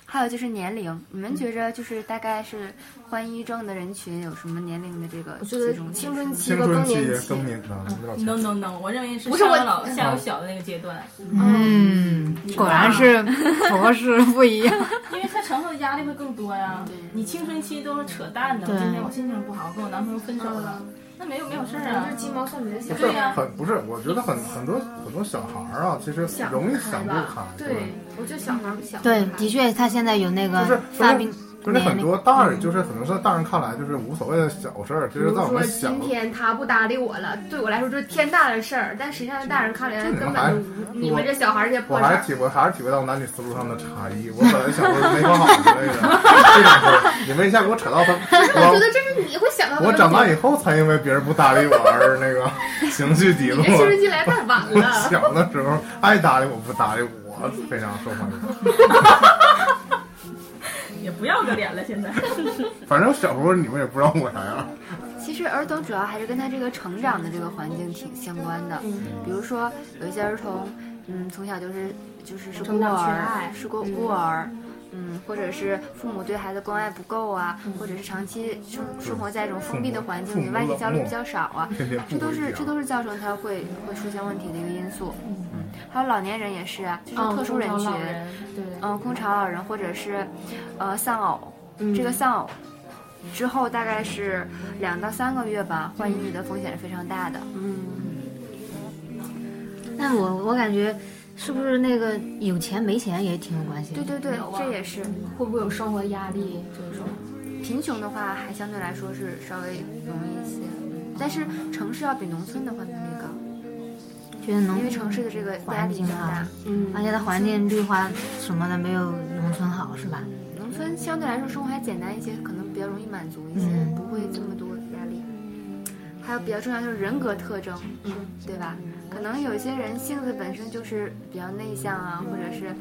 S7: 还有就是年龄，你们
S4: 嗯
S7: 觉着就是大概是患抑郁症的人群有什么年龄的这个
S4: 我觉
S7: 集
S4: 得
S7: 中点
S4: 青春期
S3: 青
S4: 和
S3: 春
S4: 更
S3: 期
S4: 年、期，
S3: 更年啊，不知道
S5: no no no，我认为是
S4: 不是
S5: 上
S4: 我嗯
S5: 有老下有小的那个阶段，
S6: 嗯，果然是 博士不一样。
S5: 因为他承受的压力会更多
S4: 嗯
S5: 呀。你青春期都是扯淡的，我
S6: 对
S5: 今天我心情不好，我跟我男朋友分手了，
S4: 嗯
S5: 那没有没有事儿啊。
S4: 鸡毛蒜皮的小
S3: 不是
S5: 对呀
S3: 很不是，我觉得很很多很多小孩儿啊，其实
S4: 想
S3: 容易
S4: 不开
S3: 想不开
S4: 吧，
S3: 对吧
S4: 对，嗯我觉得小孩儿想不
S6: 对，
S4: 开
S6: 的确，他现在有那
S3: 就
S6: 个
S3: 是
S6: 发病
S3: 就是
S6: 年
S3: 很
S6: 龄。
S3: 多大人，就是可能在大人看来就是无所谓的小事儿，其
S4: 比
S3: 实
S4: 如
S3: 在我
S4: 说
S3: 们小
S4: 今天他不搭理我了，对我来说这是天大的事儿，但实际上大人看来根本就无你们这小孩儿这些
S3: 我
S4: 破事
S3: 还
S4: 儿，
S3: 体会还是体会到男女思路上的差异。我本来想说没考好之类的，这种事儿你们一下给我扯到他，
S4: 我觉
S3: 我
S4: 得这是你会想到的
S3: 我
S4: 问
S3: 长大
S4: 题
S3: 以后才因为别人不搭理我而那个情绪低
S4: 你
S3: 落。
S4: 这青春期来太 晚
S3: 我
S4: 了。
S3: 小的时候爱搭理我不搭理我，非常受欢迎。
S4: 嗯
S5: 也不要个脸了，现在。
S3: 反正小时候你们也不知道我啥 样，
S7: 其实儿童主要还是跟他这个成长的这个环境挺相关的，
S4: 嗯
S7: 比如说有一些儿童，嗯，从小就是就是是
S4: 成
S7: 孤
S4: 长缺
S7: 儿
S4: 爱，
S7: 是孤孤儿。嗯，或者是父母对孩子关爱不够啊，
S4: 嗯
S7: 或者是长期生生活在一种封闭的环境
S3: 父
S7: 里，
S3: 母
S7: 外界
S3: 冷
S7: 交流
S3: 漠
S7: 比较少啊，
S3: 天天
S7: 这
S3: 不
S7: 都
S3: 回
S7: 是这
S3: 家。
S7: 都是造成他会会出现问题的一个因素。嗯，还有老年人也是啊，就是
S6: 哦
S4: 嗯
S7: 特殊人群，
S4: 对，
S7: 嗯，空巢老人或者是，呃，丧偶，
S4: 嗯
S7: 这个丧偶之后大概是两到三个月吧，患抑郁的风险是非常大的。
S6: 嗯但我我感觉是不是那个有钱没钱也挺有啊嗯关系的？
S7: 对对对，这也是
S4: 会不会有生活压力这种？
S7: 贫穷的话，还相对来说是稍微容易一些，嗯但是城市要比农村的患病率高，
S6: 觉得农
S7: 因为城市的这个压
S6: 环
S7: 力比
S6: 境
S7: 较大
S6: 啊，，
S4: 嗯
S6: 而且它环境绿化什么的没有农村好，是吧？
S7: 农村相对来说生活还简单一些，可能比较容易满足一些，
S6: 嗯
S7: 不会这么多压力。还有比较重要就是人格特征，
S3: 嗯
S7: 对吧？可能有些人性子本身就是比较内向啊，或者是，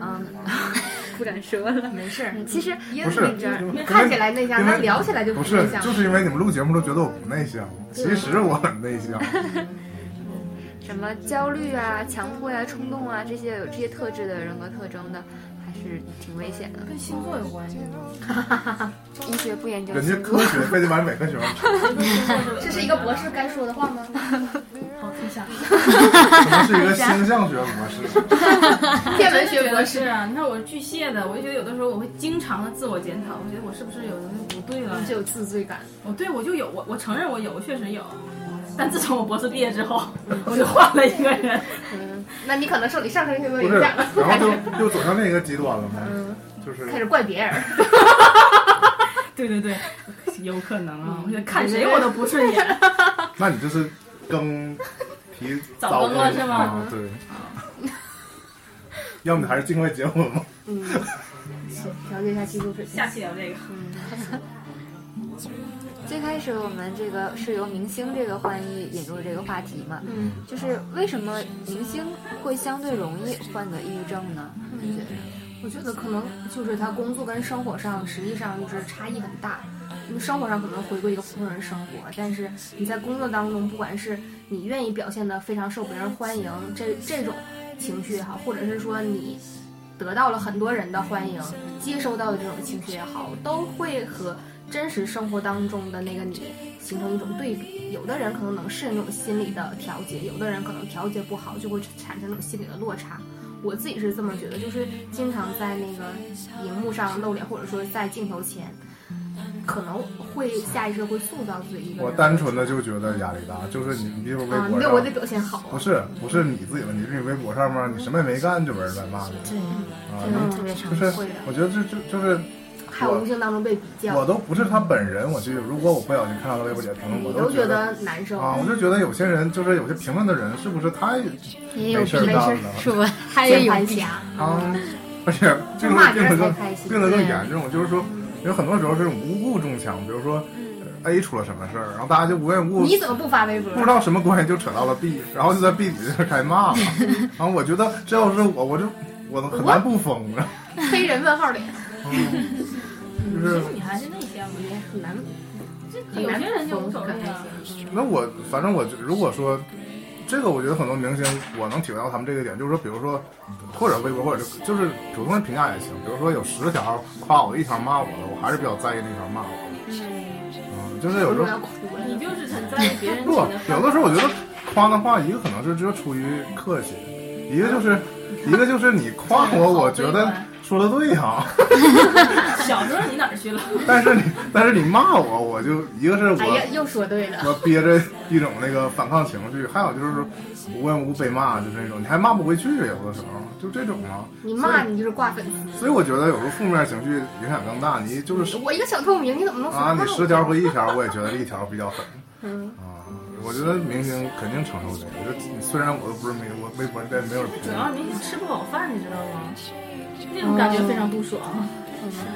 S7: 嗯， 不敢说了，没事儿。其实
S4: 因
S3: 不
S4: 为
S3: 是
S4: 你这
S3: 因为
S4: 看起来内向，
S3: 因为
S4: 但聊起来就
S3: 不
S4: 内
S3: 是，
S4: 向
S3: 就。是因为你们录节目都觉得我不内向，其实我很内 向。
S7: 什么焦虑啊、强迫呀、冲动啊这些有这些特质的人格特征的，还是挺危险的。
S5: 跟星座有关系，
S7: 医学不研究
S3: 人家
S7: 星
S3: 科
S7: 座，
S3: 学非得把每个学生扯，
S4: 这是一个博士该说的话吗？
S5: 好听下。
S3: 什么是一个星象学博士？
S4: 天文学博
S5: 我
S4: 士，
S5: 是啊，你看我是巨蟹的，我就觉得有的时候我会经常的自我检讨，我觉得我是不是有的不对了？
S4: 嗯就有自罪感。
S5: 我对我就有，我我承认我有，我确实有。但自从我博士毕业之后，我就换了一个人。
S4: 那你可能受你上升星座
S3: 不
S4: 影
S3: 是，
S4: 响了，
S3: 然后就就走向另一个极端了吗？就是
S4: 嗯开始怪别人。
S5: 对对对，有可能啊，我觉得看谁我都不顺眼。
S3: 那你就是更提
S5: 早更了是吗
S3: 啊 对。要么你还是尽快结婚吧。
S4: 嗯，行，调节一下激素水平。
S5: 下期聊这个，
S7: 最开始我们这个是由明星这个换衣引入这个话题嘛，嗯，就是为什么明星会相对容易患得抑郁症呢？你觉得？
S4: 我觉得可能就是他工作跟生活上实际上就是差异很大。你生活上可能回归一个普通人生活，但是你在工作当中，不管是你愿意表现的非常受别人欢迎，这这种情绪也好，或者是说你得到了很多人的欢迎，接收到的这种情绪也好，都会和真实生活当中的那个你形成一种对比。有的人可能能适应这种心理的调节，有的人可能调节不好，就会产生这种心理的落差。我自己是这么觉得，就是经常在那个荧幕上露脸，或者说在镜头前，可能会下意识会塑造自己一个人。
S3: 我单纯的就觉得压力大，就是你，你比如微
S4: 啊，你
S3: 博
S4: 对我
S3: 上
S4: 得，表现好
S3: 不
S4: 啊。
S3: 是不是你自己问题，是你微博上面你什么也没干就被人在骂你
S6: 对，
S3: 啊
S6: 这，嗯
S4: 嗯
S6: 种特别常
S3: 就
S6: 见。
S3: 是
S4: 会的
S3: 我觉得这就就是
S4: 还有无形当中被
S3: 我
S4: 比较，
S3: 都不是他本人，我就如果我不小心看到了微博底下评论，我
S4: 你
S3: 都
S4: 都
S3: 觉
S4: 觉
S3: 得
S4: 得难受。
S3: 啊，我就觉得有些人就是有些评论的人是不是他也
S6: 也有
S3: 没
S6: 病
S3: 事儿，干了
S6: 是吧？ 他也有
S4: 键盘
S6: 病，
S4: 侠，
S3: 啊，而且
S4: 就
S3: 病
S4: 骂
S3: 得
S4: 别
S3: 病得
S4: 人才
S3: 更
S4: 开心。
S3: 病得更严重，就是说有很多时候是无故中枪，比如说 A 出了什么事儿，然后大家就无缘无故
S4: 嗯你怎么不发微博啊
S3: 不？知道什么关系就扯到了 B，然后就在 B 底下开始 骂了。然后我觉得这要是我，我就我很难不疯啊。
S4: 黑人问号脸，
S3: 就是
S5: 你还是内向吧，
S4: 很难。
S5: 这有些人就无所谓啊。
S3: 那我反正我就如果说这个，我觉得很多明星我能体会到他们这个点，就是说，比如说或者微博或者就就是普通的评价也行，比如说有十条夸我，一条骂我的，我还是比较在意那条骂我的。嗯，就是有
S4: 我
S3: 时候
S4: 都要哭了。
S5: 你就是很在意别人
S3: 不，有的时候我觉得夸的话，一个可能是就出于客气，一个就是一个就是你夸我，我觉得说的对呀、
S5: 小时候你哪儿去了？
S3: 但是你但是你骂我，我就一个是
S4: 哎
S3: 我、
S4: 呀，又说对了。
S3: 我憋着一种那个反抗情绪，还有就是无缘无故被骂，就是那种你还骂不回去，有的时候就这种啊。
S4: 你骂你就是挂粉丝，
S3: 所以我觉得有时候负面情绪影响更大，你就是
S4: 我一个小透明，你怎么能
S3: 啊，
S4: 说
S3: 你
S4: 到
S3: 十条回一条，我也觉得一条比较狠。啊，我觉得明星肯定承受这个。我就虽然我都不是微博，微博但没有人评
S5: 主
S3: 论。
S5: 要你吃不饱饭，你知道吗？那种感觉非常不爽。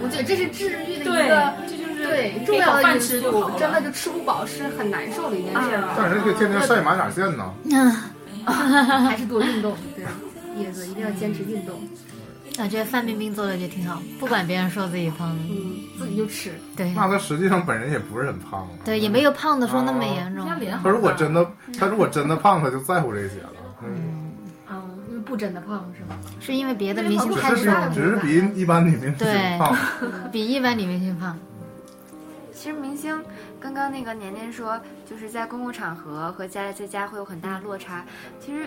S4: 我觉得这是治愈的一
S5: 对
S4: 个，
S5: 这就是
S4: 对重
S5: 给口
S4: 要的因
S5: 饭吃就
S4: 素
S5: 好，了。嗯
S4: 真的就吃不饱是很难受的一件事儿，
S3: 但是这天天晒马甲线呢，
S6: 嗯
S5: 嗯
S4: 还是多运动，对，叶子一定要坚持运动，
S6: 我觉得范冰冰做的就挺好，不管别人说自己胖，
S4: 嗯，自己就吃，
S6: 对
S3: 那他实际上本人也不是很胖啊。
S6: 对，也没有胖的说那么严
S5: 人。
S6: 重
S5: 家嗯脸好
S3: 他如果
S5: 大
S3: 真的，他如果真的胖，他就在乎这些了。嗯，
S4: 嗯，因为不真的胖是吗？
S6: 是因为别的明星
S3: 只
S6: 太
S3: 是比
S6: 胖，
S3: 只是比一般女明星
S6: 对
S3: 胖。
S6: 比一般女明星胖。
S7: 其实明星刚刚那个年年说，就是在公共场合和家在家会有很大的落差。其实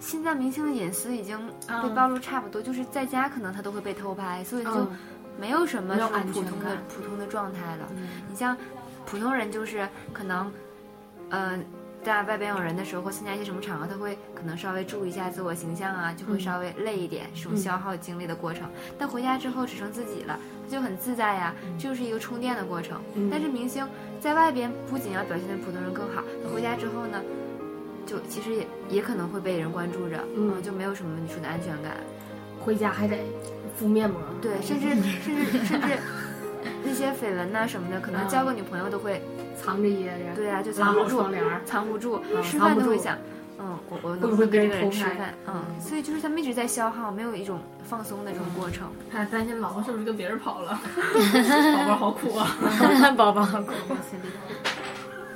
S7: 现在明星的隐私已经被暴露差不多，就是在家可能他都会被偷拍，所以就
S4: 嗯，
S7: 没有什么
S4: 没有
S7: 说
S4: 安
S7: 普
S4: 全
S7: 通的
S4: 感嗯
S7: 普通的状态了。你像普通人就是可能，呃，在外边有人的时候或参加一些什么场合，他会可能稍微注意一下自我形象啊，就会
S4: 嗯
S7: 稍微累一点，是种
S4: 嗯
S7: 消耗精力的过程。但回家之后只剩自己了，他就很自在呀、这就是一个充电的过程。
S4: 嗯
S7: 但是明星在外边不仅要表现的普通人更好，他回家之后呢，就其实也也可能会被人关注着，
S4: 嗯
S7: 就没有什么你说的安全感。
S4: 回家还得敷面膜，
S7: 对，甚至甚至甚至那些绯闻呐、什么的，可能
S4: 嗯
S7: 交个女朋友都会，
S4: 藏着掖着，
S7: 对啊，就
S4: 拉
S7: 藏不
S4: 好
S7: 住
S4: 窗，帘儿，
S7: 藏不住，
S4: 嗯
S7: 吃
S4: 藏
S7: 饭
S4: 不
S7: 都会
S4: 住
S7: 想，嗯，我我
S4: 会不
S7: 能不
S4: 会
S7: 能
S4: 被人
S7: 跟这个人
S4: 偷
S7: 吃
S4: 拍
S7: 饭？嗯，所以就是他们一直在消耗，没有一种放松的
S4: 嗯
S7: 这种过程。
S5: 哎，担心老婆是不是跟别人跑 了？宝宝好苦啊！
S6: 宝宝，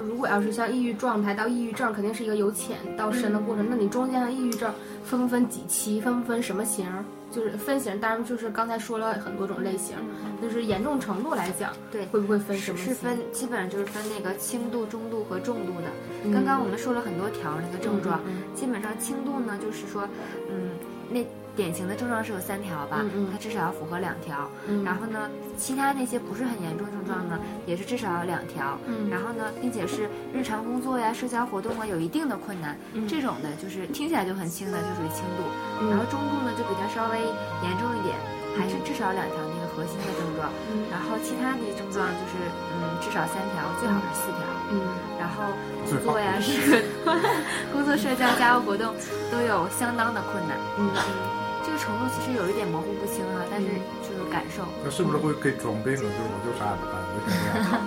S4: 如果要是像抑郁状态到抑郁症，肯定是一个由浅到深的过程。那你中间的抑郁症分不分几期，分不分什么型儿，就是分型。当然就是刚才说了很多种类型，就是严重程度来讲，
S7: 对
S4: 会不会分什
S7: 是
S4: 么
S7: 是
S4: 型
S7: 分，基本上就是分那个轻度、中度和重度的。
S4: 嗯
S7: 刚刚我们说了很多条那个症状，
S4: 嗯
S7: 基本上轻度呢，就是说，嗯，那典型的症状是有三条吧，
S4: 嗯嗯
S7: 它至少要符合两条。
S4: 嗯
S7: 然后呢，其他那些不是很严重的症状呢，也是至少要两条。
S4: 嗯
S7: 然后呢，并且是日常工作呀、社交活动啊有一定的困难，
S4: 嗯
S7: 这种的就是听起来就很轻的，就属于轻度。然后中度呢就比较稍微严重一点，
S4: 嗯
S7: 还是至少两条那个核心的症状。然后其他的症状就是，嗯，至少三条，最好是四条。
S4: 嗯
S7: 然后工作呀、 是工作、社交、家务活动都有相当的困难。
S4: 嗯
S7: 就这个程度其实有一点模糊不清啊，但是就是感受。
S3: 那是不是会给装病了？就是我就啥也不干，我就这 样，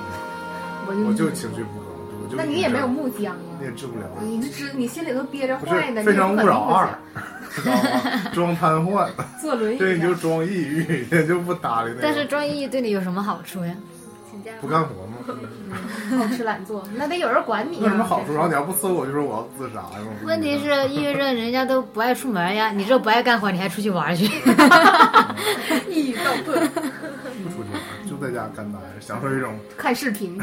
S4: 我
S3: 我就情绪不高，我就
S4: 那你也没有木僵
S3: 你
S4: 啊，
S3: 也治不了我，
S4: 你这只你心里都憋着
S3: 不
S4: 坏
S3: 是
S4: 呢，
S3: 《
S4: 你
S3: 非
S4: 也不
S3: 诚
S4: 可
S3: 勿扰
S4: 能不
S3: 二
S4: 想》，
S3: 知道吗？装瘫痪，
S4: 坐轮椅啊
S3: 对，你就
S4: 上，
S3: 装抑郁，也就不搭理那个，
S6: 但是装抑郁对你有什么好处呀？
S4: 请假
S3: 不干活吗？
S4: 嗯好吃懒做，那得有人管你啊。
S3: 有什么好 处？然后你要不伺我，就说我要自杀是吗？
S6: 问题是抑郁症人家都不爱出门呀，你这不爱干活，你还出去玩去？
S4: 抑郁到个，
S3: 不出去玩，就在家干呆，享受一种
S4: 看视频，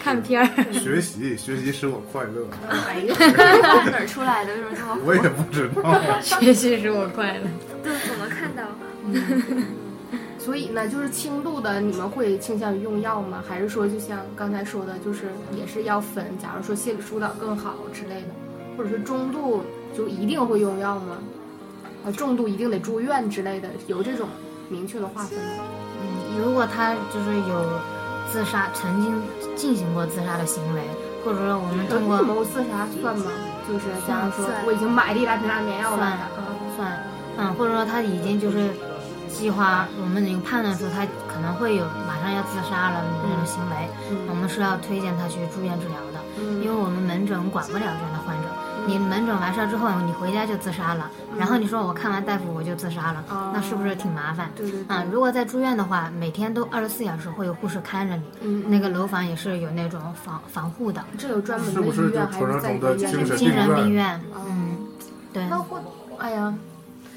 S6: 看片儿，
S3: 学习，学习使我快乐。
S4: 哎呀，
S7: 从哪儿出来的？为什么这么
S3: 我也不知道，
S6: 学习使我快乐。
S7: 对？怎么看到？
S4: 所以呢，就是轻度的，你们会倾向于用药吗？还是说，就像刚才说的，就是也是要分，假如说心理疏导更好之类的，或者是中度就一定会用药吗？啊，重度一定得住院之类的，有这种明确的划分吗？
S6: 嗯，如果他就是有自杀，曾经进行过自杀的行为，或者说我们通过
S4: 呃谋自杀算吗？就是假如说
S7: 算
S4: 我已经买了一大瓶安眠药了，
S6: 算
S4: 啊，
S6: 算，嗯，或者说他已经就是计划，我们已经判断出他可能会有马上要自杀了的这种行为，我
S4: 嗯
S6: 们是要推荐他去住院治疗的，因为
S4: 嗯，
S6: 我们门诊管不了这样的患者。你门诊完事儿之后，你回家就自杀了，然后你说我看完大夫我就自杀了，
S4: 嗯哦
S6: 那是不是挺麻烦？
S4: 对对对
S6: 啊，，如果在住院的话，每天都二十四小时会有护士看着你，
S4: 嗯，
S6: 那个楼房也是有那种防防护的，
S4: 这有专门
S3: 是
S4: 的
S3: 不
S4: 医
S3: 是
S4: 院
S3: 就
S4: 还
S3: 传
S4: 是
S3: 说
S4: 在
S3: 中
S4: 医
S3: 的
S4: 院
S3: 精神
S4: 里
S6: 精
S3: 病
S4: 面
S6: 神
S3: 院
S6: 病院，
S4: 哦
S6: 嗯，对。
S4: 那会，哎呀，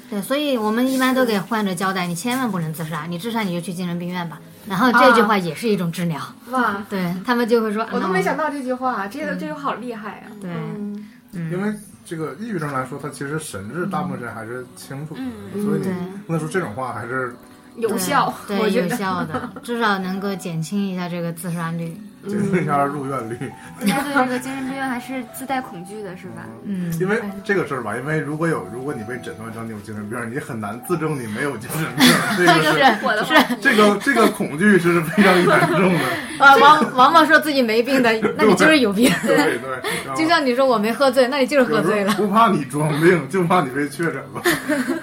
S6: 对，所以我们一般都给患者交代，你千万不能自杀，你自杀你就去精神病院吧。然后这句话也是一种治疗，
S4: 哇，
S6: 对他们就会说，
S4: 啊
S6: 啊
S4: 我都没想
S6: 到。
S4: 到这句话，这
S3: 嗯
S4: 个这个好厉害啊！
S6: 对，
S4: 嗯，
S3: 因
S6: 嗯，
S3: 为这个抑郁症来说，它其实神志大部分人还是清楚的，
S7: 嗯
S3: 所以
S6: 对
S3: 你不能说这种话还是
S4: 有效，
S6: 对
S4: 我觉
S6: 有
S4: 得
S6: 效的，至少能够减轻一下这个自杀率。
S4: 嗯
S3: 减轻一下入院率。
S7: 大家对这个精神病院还是自带恐惧的，是吧？
S6: 嗯，
S3: 因为这个事儿吧，因为如果有如果你被诊断成你有精神病，你很难自证你没有精神病，这 个是
S4: 我的话，
S3: 这个这个恐惧是非常严重 的。
S6: 呃，王王某说自己没病的，那你就是有病。
S3: 对对，
S6: 就像你说我没喝醉，那你就是喝
S3: 有
S6: 醉
S3: 时
S6: 了
S3: 候。不怕你装病，就怕你被确诊了。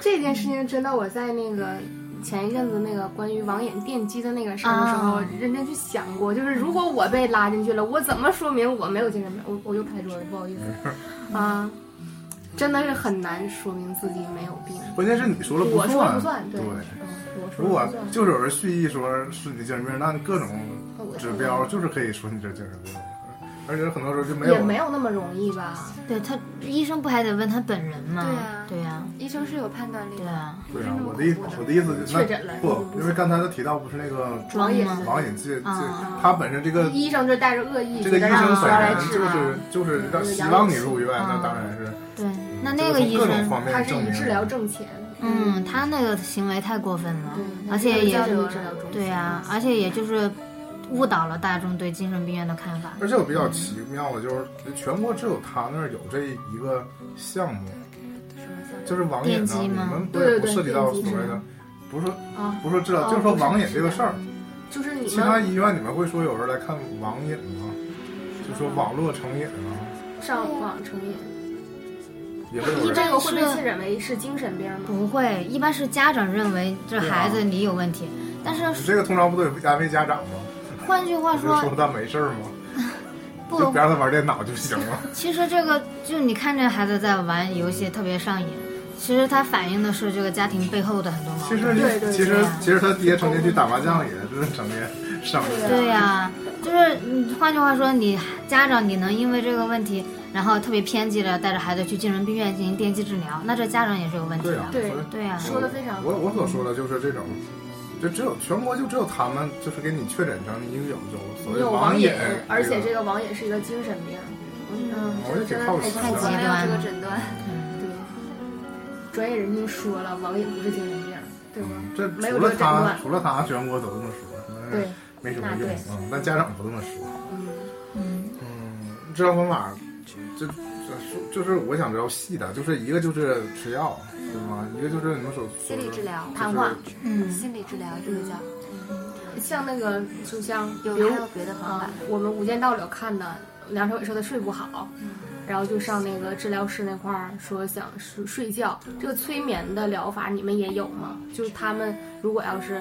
S4: 这件事情真的我在那个。前一阵子那个关于网眼电击的那个事儿的时候
S6: 啊，
S4: 认真去想过，就是如果我被拉进去了，我怎么说明我没有精神病？我我又拍桌了，不好 意思啊，真的是很难说明自己没有病。
S3: 关键是你说了不
S4: 我说了
S3: 算，
S4: 不算，对，
S3: 对。
S4: 嗯，我
S3: 如
S4: 说
S3: 果
S4: 了不算。
S3: 就是有人蓄意说是你精神病，那各种
S4: 我
S3: 指标就是可以说你这精神病，而且很多时候就没
S4: 也
S3: 有嗯
S4: 没有那么容易吧？
S6: 对他，医生不还得问他本人吗？
S7: 对啊
S6: 对呀，
S7: 医生是有判断力
S6: 对
S7: 的。
S6: 啊，
S3: 对啊，我的意我的意思就是
S4: 确诊了
S3: 那不，因为刚才他提到不是那个
S4: 网眼
S6: 装吗
S3: 网瘾戒戒
S6: 啊，
S3: 他本身这个
S4: 医生就带着恶意，
S3: 这个医
S4: 觉得让
S3: 生
S4: 我
S3: 本
S4: 要来
S3: 人
S4: 治啊
S3: 就
S4: 疗
S3: 是就是让希望你入院，那当然是
S6: 对，那那个医
S3: 嗯就是从各种
S6: 生，
S3: 方
S4: 他
S3: 面
S4: 是
S3: 证
S4: 以
S3: 明
S4: 治疗挣钱，嗯
S6: 嗯，他那个行为太过分了，而且
S4: 也
S6: 也
S4: 治疗中心
S6: 对呀、而且也就是误导了大众对精神病院的看法。
S3: 而且我比较奇妙的就是，全国只有他那儿有这一个项目，就是网瘾呢，
S6: 电击
S3: 你
S6: 吗
S3: 们不
S4: 对对
S3: 不
S4: 对
S3: 涉及到所
S4: 电击
S3: 谓
S4: 治
S3: 的
S4: 疗，
S3: 不是说
S4: 啊
S3: 不是治疗，
S4: 哦
S3: 就是说网瘾这个事儿。
S4: 就是你
S3: 其他
S4: 们
S3: 医院你们会说有人来看网瘾吗？就说网络成瘾啊，
S4: 上网成瘾，
S3: 也会有
S4: 一
S3: 人
S4: 这个会被确诊为是精神病吗？
S6: 不会，一般是家长认为这
S3: 对啊
S6: 孩子你有问题，但
S3: 你
S6: 是
S3: 这个通常不都得安慰家长吗？
S6: 换句话
S3: 就
S6: 说，
S3: 说他没事儿吗？
S6: 不
S3: 就别让他玩电脑就行 了。
S6: 其实这个就你看这孩子在玩游戏特别上瘾，其实他反映的是这个家庭背后的很多矛
S3: 其
S6: 盾。
S3: 实你
S4: 对对
S3: 其实
S6: 对啊
S3: 其实他爹成天去打麻将也是成天上瘾。
S6: 对呀、就是嗯换句话说，你家长你能因为这个问题，然后特别偏激的带着孩子去精神病院进行电击治疗，那这家长也是有问题
S3: 对
S6: 的
S3: 啊，。
S4: 对
S3: 所以
S6: 对呀、
S4: 说得非常好
S3: 我我所说的就是这种，就只有全国就只有他们就是给你确诊成你有有所
S4: 你
S3: 谓
S4: 有
S3: 网
S4: 网瘾
S3: 瘾，，
S4: 而且这
S3: 个
S4: 个网瘾是一个精神病，嗯，
S3: 我也挺
S4: 真的
S3: 好奇的
S4: 太
S6: 太
S4: 奇
S6: 极嗯
S7: 我
S4: 怪
S7: 没
S4: 了
S7: 有这个诊断，
S4: 对，专业人士说了，网瘾不是精神病，对吗？
S3: 嗯这
S4: 没有
S3: 除了
S4: 这个诊
S3: 他
S4: 断
S3: 除了他全国都这么说，嗯
S4: 对，
S3: 没什么
S4: 那
S3: 用
S4: 对
S3: 嗯，但家长不这么说，
S4: 嗯，
S3: 嗯，治疗方法就就就是我想知道细的，就是一个就是吃药，对吗？一个就是你们所
S7: 心理治，疗，
S3: 所
S4: 谈
S3: 说
S4: 话
S3: 就是
S6: 嗯，
S7: 心理治疗这个叫
S4: 像那个就像
S7: 有
S4: 刘
S7: 还有别的
S4: 啊
S7: 方法？，
S4: 我们《无间道》里有看的梁朝伟说他睡不好，然后就上那个治疗师那块儿说想睡睡觉。这个催眠的疗法你们也有吗？就是他们如果要是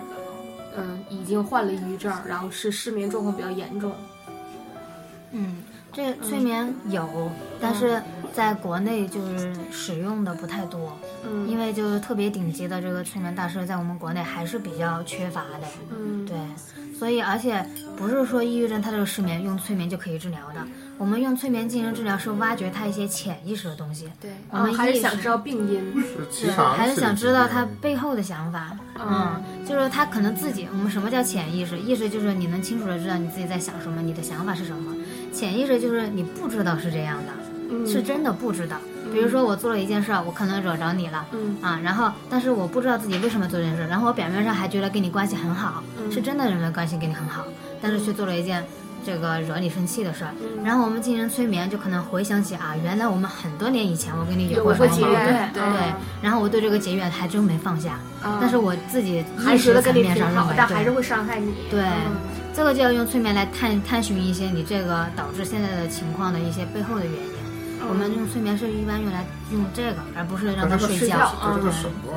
S4: 嗯已经患了抑郁症，然后是失眠状况比较严重，
S6: 嗯，这催眠有，但是在国内就是使用的不太多，
S4: 嗯，
S6: 因为就是特别顶级的这个催眠大师，在我们国内还是比较缺乏的。
S4: 嗯
S6: 对，所以而且不是说抑郁症它这个失眠用催眠就可以治疗的，我们用催眠进行治疗是挖掘他一些潜意识的东西，
S7: 对，
S6: 我
S4: 嗯
S6: 们
S4: 还
S6: 意
S4: 是
S6: 识
S4: 想知道病因，
S3: 是其
S6: 对，
S3: 他
S6: 还是想知
S3: 嗯
S6: 道
S3: 啊
S6: 他背后的想法。嗯，就是他可能自己，我们什么叫潜意识？意识就是你能清楚的知道你自己在想什么，你的想法是什么。潜意识就是你不知道是这样的，
S4: 嗯
S6: 是真的不知道。比如说我做了一件事儿，我可能惹着你了，
S4: 嗯
S6: 啊，然后但是我不知道自己为什么做这件事，然后我表面上还觉得跟你关系很好，
S4: 嗯
S6: 是真的认为关系跟你很好，但是却做了一件这个惹你生气的事儿。嗯然后我们进行催眠，就可能回想起啊，原来我们很多年以前我跟你有
S4: 有过
S6: 什么
S4: 结
S6: 矛盾
S4: 怨，
S7: 对
S6: 对，然后我对这个结怨还真没放下，
S4: 啊
S6: 但是我自己
S4: 还
S6: 意
S4: 啊是觉得
S6: 识
S4: 跟
S6: 层
S4: 你
S6: 面
S4: 挺
S6: 上认
S4: 好
S6: 为，
S4: 但
S6: 对
S4: 还是会伤害你。
S6: 对
S4: 嗯
S6: 这个就要用催眠来探探寻一些你这个导致现在的情况的一些背后的原因。
S4: 嗯
S6: 我们用催眠是一般用来用这个，而不是让他
S3: 但是
S6: 睡
S3: 睡
S6: 觉。
S4: 觉
S3: 就
S4: 嗯
S3: 是个手段。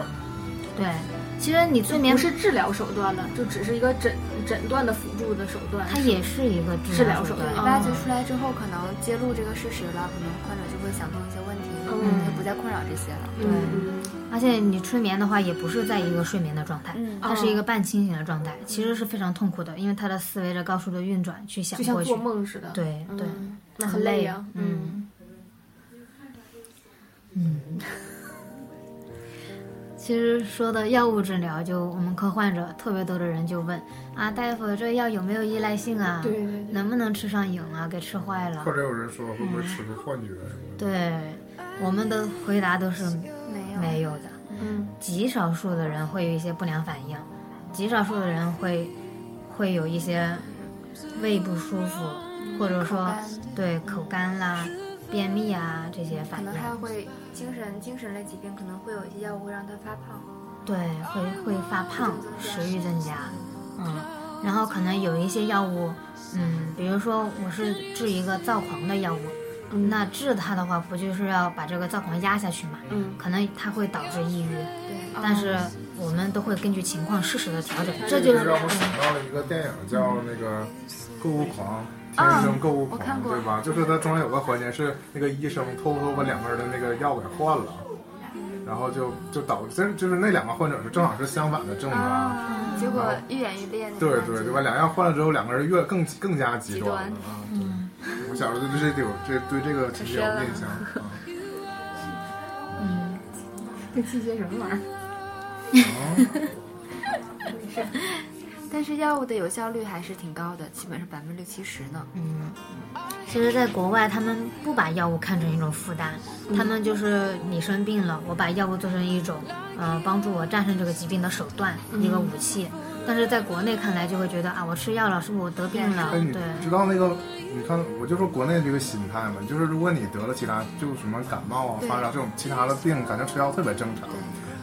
S6: 对，其实你催眠
S4: 不是治疗手段了，就只是一个诊诊断的辅助的手段。
S6: 它也是一个治
S4: 治疗
S6: 手
S4: 手段啊
S6: 段。
S7: 挖掘出来之后，可能揭露这个事实了，可能患者就会想通一些问题，
S4: 嗯
S7: 就不再困扰这些了。
S6: 对，而且你催眠的话，也不是在一个睡眠的状态，
S7: 嗯
S6: 它
S4: 哦
S6: 是一个半清醒的状态，
S4: 嗯
S6: 其实是非常痛苦的，因为他的思维在高速的运转去想
S4: 就像
S6: 过去
S4: 做。梦似的。
S6: 对
S4: 嗯
S6: 对，
S4: 那
S6: 很
S4: 很
S6: 累
S4: 累
S6: 啊
S4: 啊。
S6: 嗯嗯。其实说的药物治疗，就我们科患者特别多的人就问啊，大夫这药有没有依赖性啊？
S4: 对对对
S6: 能不能吃上瘾啊？给吃坏了
S3: 或？者有人说会不会吃出幻觉什么的？
S6: 对，我们的回答都是
S7: 没有，
S6: 没有的。
S4: 嗯
S6: 极少数的人会有一些不良反应，极少数的人会会有一些胃不舒服，或者说对口干啦、便秘啊这些
S7: 可
S6: 反应
S7: 能，还会精神精神类疾病，可能会有一些药物会让他发胖。
S6: 对，会会发胖、食欲增加，嗯，然后可能有一些药物，嗯，比如说我是治一个躁狂的药物。
S3: 嗯
S6: 那治它的话，不就是要把这个躁狂压下去嘛？
S4: 嗯
S6: 可能它会导致抑郁，
S7: 对，
S6: 但是我们都会根据情况适时的调整，嗯这
S3: 这
S6: 就
S3: 就是让我想到了一个电影叫那个《购物狂》。天生购物
S7: 嗯我看
S3: 狂，
S7: 过
S3: 对吧？就是它中间有个环节是那个医生偷偷把两个人的那个药给换了，然后就就导致就是那两个患者是正好是相反的症状，
S7: 啊，结果愈演愈烈那种
S3: 对
S7: 感觉
S3: 对，就把两样换了之后，两个人越更更加极端了
S7: 极
S3: 啊！对，我小时候对这有这对这个情节有印象。啊
S4: 这季节什么玩意儿？
S7: 但是药物的有效率还是挺高的，基本上百分之六七十呢。
S6: 嗯，其实，在国外，他们不把药物看成一种负担，
S3: 嗯
S6: 他们就是你生病了，我把药物做成一种，呃，帮助我战胜这个疾病的手段，
S3: 嗯
S6: 一个武器。但是在国内看来，就会觉得啊，我吃药了，是不是我得病了？
S3: 哎，你
S6: 对，
S3: 知道那个？你看，我就说国内这个心态嘛，就是如果你得了其他，就什么感冒啊、发烧这种其他的病，感觉吃药特别正常。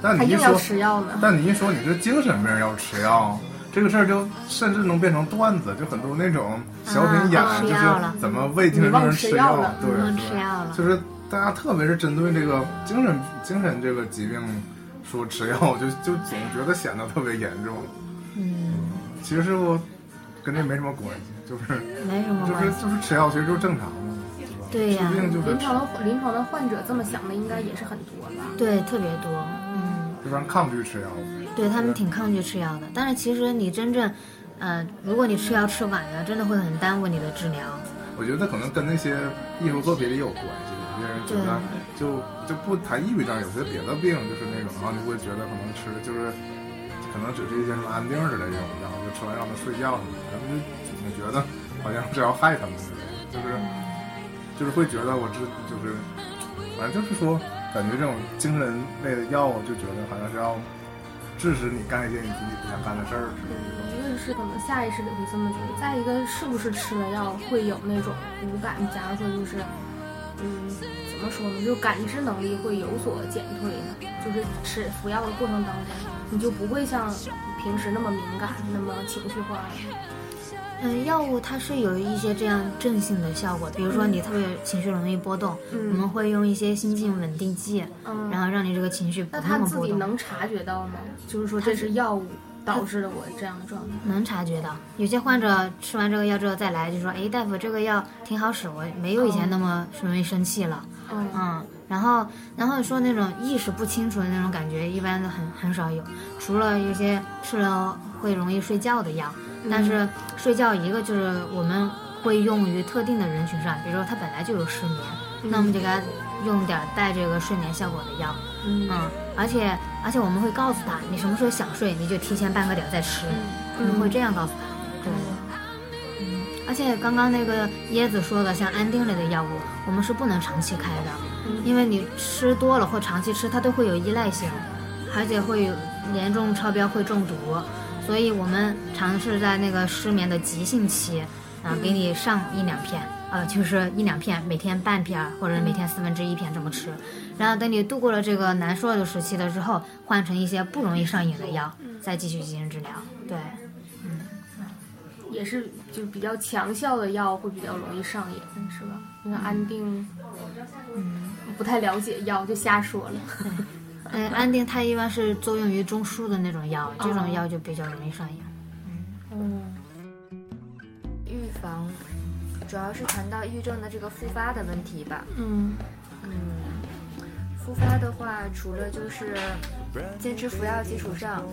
S3: 但
S4: 还
S3: 你一
S4: 硬要
S3: 说，
S4: 吃药呢？
S3: 但你一说你是精神病要吃药，这个事儿就甚至能变成段子，就很多那种小品演，
S6: 啊忘吃
S3: 就
S6: 药了
S3: 是怎么喂精神病人吃
S4: 你忘吃药
S3: 药
S4: 了，
S3: 对，
S6: 忘
S3: 对
S6: 嗯吃药了
S3: 就是大家特别是针对这个精神精神这个疾病说吃药，就就总觉得显得特别严重。
S6: 嗯，
S3: 其实我跟这没什么关系，就是
S6: 没什么
S3: 就
S6: 关
S3: 是
S6: 系。
S3: 就是吃药其实就是正常的，对吧？
S6: 对呀
S3: 治 病就得
S4: 临
S3: 吃
S4: 床，的临床的患者这么想的应该也是很多吧？
S6: 对，特别多，嗯，
S3: 要不然抗拒吃药。
S6: 对他们挺抗拒吃药的。但是其实你真正，呃，如果你吃药吃晚了，真的会很耽误你的治疗。
S3: 我觉得可能跟那些艺术作品里有关系，有些人觉得就就不谈抑郁症，有些别的病就是那种，然后你会觉得可能吃的就是可能只是一些什么安定之类的种，然后就吃完让他睡觉什么的，然后就总觉得好像是要害他们似的，就是就是会觉得我这就是反正就是说，感觉这种精神类的药就觉得好像是要致使你干一件你自己不想干的事儿似的。
S4: 一个是可能下意识里会这么觉得，再一个是不是吃了药会有那种无感？假如说就是，嗯，怎么说呢？就是感知能力会有所减退呢？就是吃服药的过程当中，你就不会像平时那么敏感，那么情绪化了。
S6: 嗯，药物它是有一些这样正性的效果，比
S4: 嗯
S6: 如说你特别情绪容易波动，我们会用一些心境稳定剂，
S4: 嗯
S6: 嗯然后让你这个情绪不
S4: 那他
S6: 么
S4: 自
S6: 波
S4: 己
S6: 动。
S4: 能察觉到吗？就是说这是药物导致的我这样的状态。
S6: 能察觉到，有些患者吃完这个药之后再来就说，哎，大夫这个药挺好使，我没有以前那么容易生气了，
S4: 嗯
S6: 嗯，然后然后说那种意识不清楚的那种感觉，一般都很很少有，除了有些吃了会容易睡觉的药，
S4: 嗯
S6: 但是睡觉一个就是我们会用于特定的人群上，比如说他本来就有失眠，那我们就给他用点儿带这个睡眠效果的药，
S4: 嗯
S6: 嗯，而且而且我们会告诉他，你什么时候想睡，你就提前半个点儿再吃，我们会这样告诉他。对，嗯，而且刚刚那个椰子说的，像安定类的药物，我们是不能长期开的，因为你吃多了或长期吃，它都会有依赖性，而且会有严重超标会中毒，所以我们尝试在那个失眠的急性期，啊、给你上一两片。呃，就是一两片，每天半片儿或者每天四分之一片这么吃，然后等你度过了这个难受的时期了之后，换成一些不容易上瘾的药，再继续进行治疗。对，
S4: 也是就比较强效的药会比较容易上瘾，是吧？你看安定，嗯，不太了解药就瞎说了。
S6: 嗯，安定它一般是作用于中枢的那种药，这种药就比较容易上瘾。
S7: 预防，主要是谈到抑郁症的这个复发的问题吧。
S4: 嗯
S7: 嗯，复发的话，除了就是坚持服药基础上，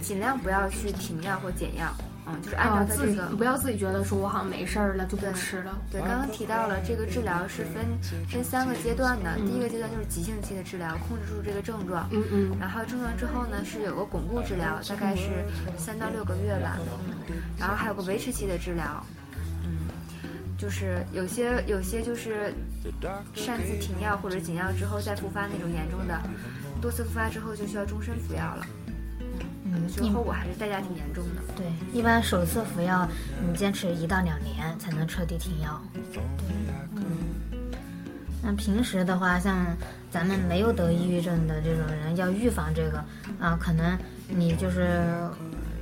S7: 尽量不要去停药或减药。嗯，就是按
S4: 啊，
S7: 照它
S4: 自
S7: 这
S4: 己
S7: 个
S4: 不要自己觉得说我好像没事儿了就不吃了。
S7: 对，刚刚提到了这个治疗是分分三个阶段的，第一个阶段就是急性期的治疗，控制住这个症状。
S4: 嗯嗯
S7: 然后症状之后呢，是有个巩固治疗，大概是三到六个月吧。嗯，然后还有个维持期的治疗，嗯，就是有些有些就是擅自停药或者减药之后再复发那种严重的，多次复发之后就需要终身服药了。嗯，就后果还是代价挺严重的。
S6: 对，一般首次服药，你坚持一到两年才能彻底停药。对，嗯。那平时的话，像咱们没有得抑郁症的这种人，要预防这个啊、可能你就是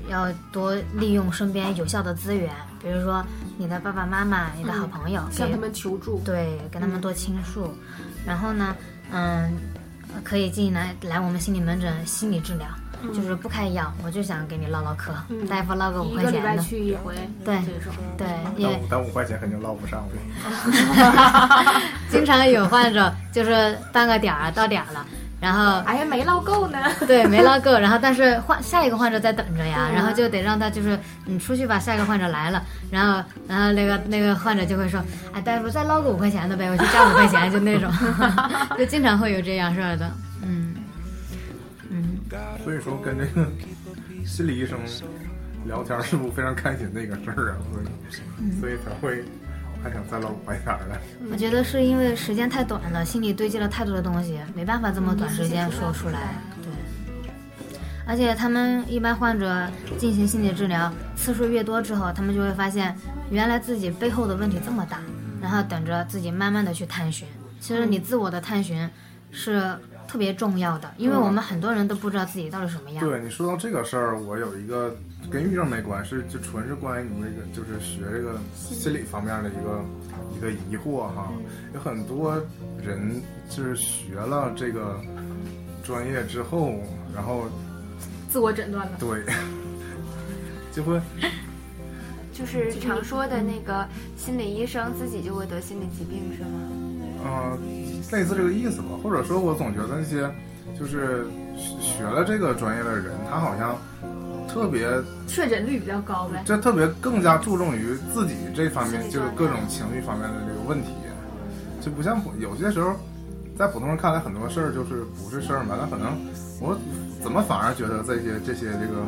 S6: 要多利用身边有效的资源，比如说你的爸爸妈妈、你的好朋友，
S4: 向
S6: 给
S4: 他们求助。
S6: 对，跟他
S4: 嗯
S6: 们多倾诉。然后呢，嗯，可以进来来我们心理门诊心理治疗，就是不开药，我就想给你唠唠嗑，
S4: 嗯
S6: 大夫唠个五
S4: 一
S6: 块
S4: 个礼
S6: 钱
S4: 拜
S6: 的，
S4: 去嗯一回，
S6: 对
S4: 这种。
S6: 对，也
S3: 但五但五块钱肯定捞不上呗。
S6: 经常有患者就是半个点儿到点儿了，然后
S4: 哎呀，没唠够呢。
S6: 对，没捞够，然后但是患下一个患者在等着呀，然后就得让他就是你出去吧，下一个患者来了，然后然后那个那个患者就会说，哎，大夫再捞个五块钱的呗，我去加五块钱，就那种， 就经常会有这样事儿的，嗯嗯，
S3: 所以说跟这个心理医生聊天是我非常开心的一个事儿啊，所以所以才会还想再捞五块钱儿的。
S6: 我觉得是因为时间太短了，心里堆积了太多的东西，没办法这么短时间说出来，对。而且他们一般患者进行心理治疗次数越多之后，他们就会发现，原来自己背后的问题这么大，然后等着自己慢慢的去探寻。其实你自我的探寻是特别重要的，因为我们很多人都不知道自己到底什么样。
S3: 对你说到这个事儿，我有一个跟抑郁症没关系，就纯是关于你们这个就是学这个心理方面的一个一个疑惑哈。
S4: 嗯
S3: 有很多人就是学了这个专业之后，然后
S4: 自我诊断了。
S3: 对 就会
S7: 就是常说的那个心理医生自己就会得心理疾病是吗？
S3: 嗯，类似这个意思吧。或者说，我总觉得那些就是学了这个专业的人，他好像特别
S4: 确诊率比较高呗。
S3: 这特别更加注重于自己这方面，就是各种情绪方面的这个问题，就不像普有些时候，在普通人看来很多事儿就是不是事儿嘛，那可能我怎么反而觉得这些这些这个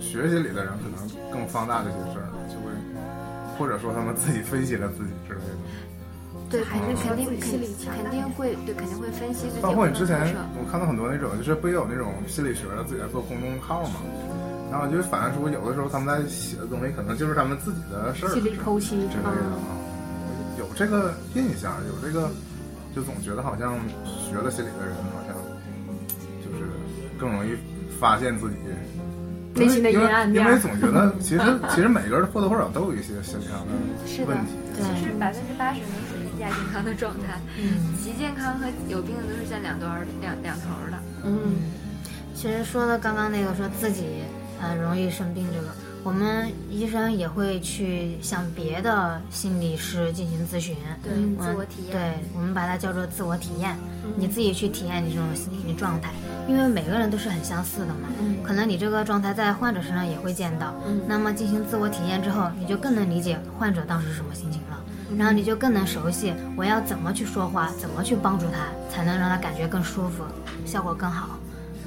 S3: 学习里的人可能更放大这些事儿，就会或者说他们自己分析了自己之类的。
S7: 对，肯定肯定
S4: 自己心理强大
S7: 肯定会对肯定会分析自己
S3: 包
S7: 有
S3: 括
S7: 没
S3: 你
S7: 有
S3: 之前
S7: 什么事儿，
S3: 我看到很多那种，就是不也有那种心理学的自己在做公众号嘛，然后就反映出有的时候他们在写的东西，可能就是他们自己的事儿之
S4: 心
S3: 类
S4: 理
S3: 的
S4: 剖析啊，
S3: 啊，有这个印象，有这个，就总觉得好像学了心理的人好像就是更容易发现自己
S4: 内心的
S3: 因
S4: 阴
S3: 为
S4: 暗面
S3: 因为总觉得其实其实每个人或多或少都有一些心理上的
S7: 是的
S3: 问题，
S7: 就是百分之八十都属于亚健康的状态，极健康和有病的都是占两头儿两两头儿的。
S6: 嗯，其实说到刚刚那个说自己呃容易生病这个，我们医生也会去向别的心理师进行咨询。
S7: 对，
S6: 嗯
S7: 自我体验。嗯
S6: 对，我们把它叫做自我体验，你自己去体验你这种心理状态，因为每个人都是很相似的嘛。
S7: 嗯
S6: 可能你这个状态在患者身上也会见到。那么进行自我体验之后，你就更能理解患者当时什么心情了，然后你就更能熟悉我要怎么去说话，怎么去帮助他，才能让他感觉更舒服，效果更好。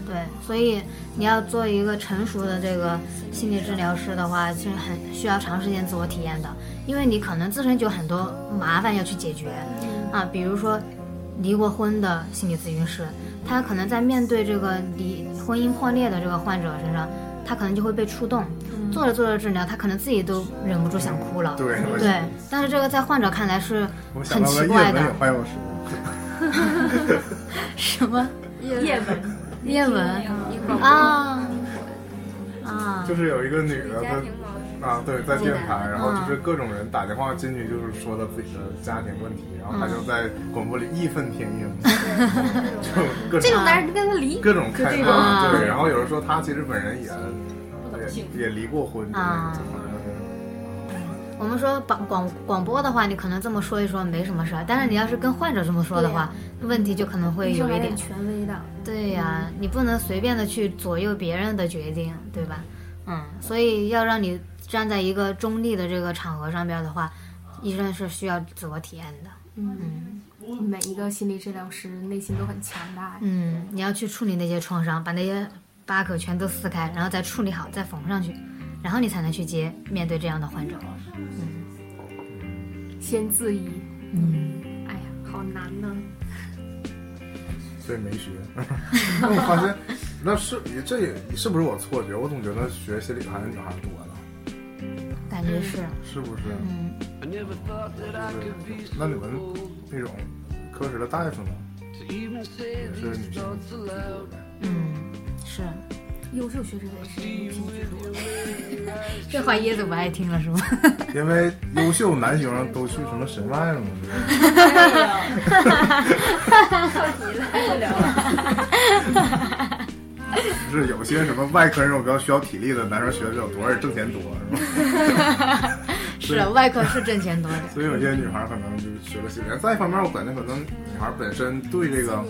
S6: 对，所以你要做一个成熟的这个心理治疗师的话，是很需要长时间自我体验的，因为你可能自身就有很多麻烦要去解决，啊，比如说离过婚的心理咨询师，他可能在面对这个离婚姻破裂的这个患者身上，他可能就会被触动，做着做着治疗，他可能自己都忍不住想哭了。
S3: 对我
S6: 对，但是这个在患者看来是
S3: 我想
S6: 很
S3: 到了
S6: 奇
S3: 叶
S6: 怪
S3: 文
S6: 的
S3: 也，患有什
S6: 什么
S5: 叶文，
S6: 叶文
S7: 一会儿
S6: 啊啊，
S3: 就是有一个女的
S7: 家庭
S3: 她
S7: 矛盾，
S3: 啊对在电台，然后就是各种人打电话进去，就是说的自己的家庭问题，然后她就在广播里义愤填膺，就各种
S4: 这种男人跟他离，
S3: 各种开
S6: 种啊
S3: 放，对，然后有人说她其实本人也也也离过婚之类的，
S6: 啊
S3: 就反正
S6: 我们说广广广播的话，你可能这么说一说没什么事儿，但是你要是跟患者这么说的话，问题就可能会有一点。
S4: 权威的，
S6: 对呀、你不能随便的去左右别人的决定，对吧？嗯，所以要让你站在一个中立的这个场合上边的话，医生是需要自我体验的。
S4: 嗯，每一个心理治疗师内心都很强大，
S6: 嗯，你要去处理那些创伤，把那些疤口全都撕开，然后再处理好，再缝上去，然后你才能去接面对这样的患者。
S4: 先自医，
S6: 嗯，
S4: 哎呀，好难呢。
S3: 所以没学。 那我发现，那是也这也是不是我错觉？我总觉得学心理还是女孩多呢，
S6: 感觉是，
S3: 是不是？
S6: 嗯。
S3: 就是那你们那种科室的大夫呢，也是女性自主的。
S6: 嗯，是。
S4: 优秀学生也是女性居多，
S6: 这话椰子不爱听了是吗？
S3: 因为优秀男学生都去什么神外了嘛，是 不是有些什么外科这种比较需要体力的男生学的比较多，而且挣钱多， 是吧？
S6: 是外科是挣钱多点。
S3: 所以有些女孩可能就学了心理。再一方面，我感觉可能女孩本身对这个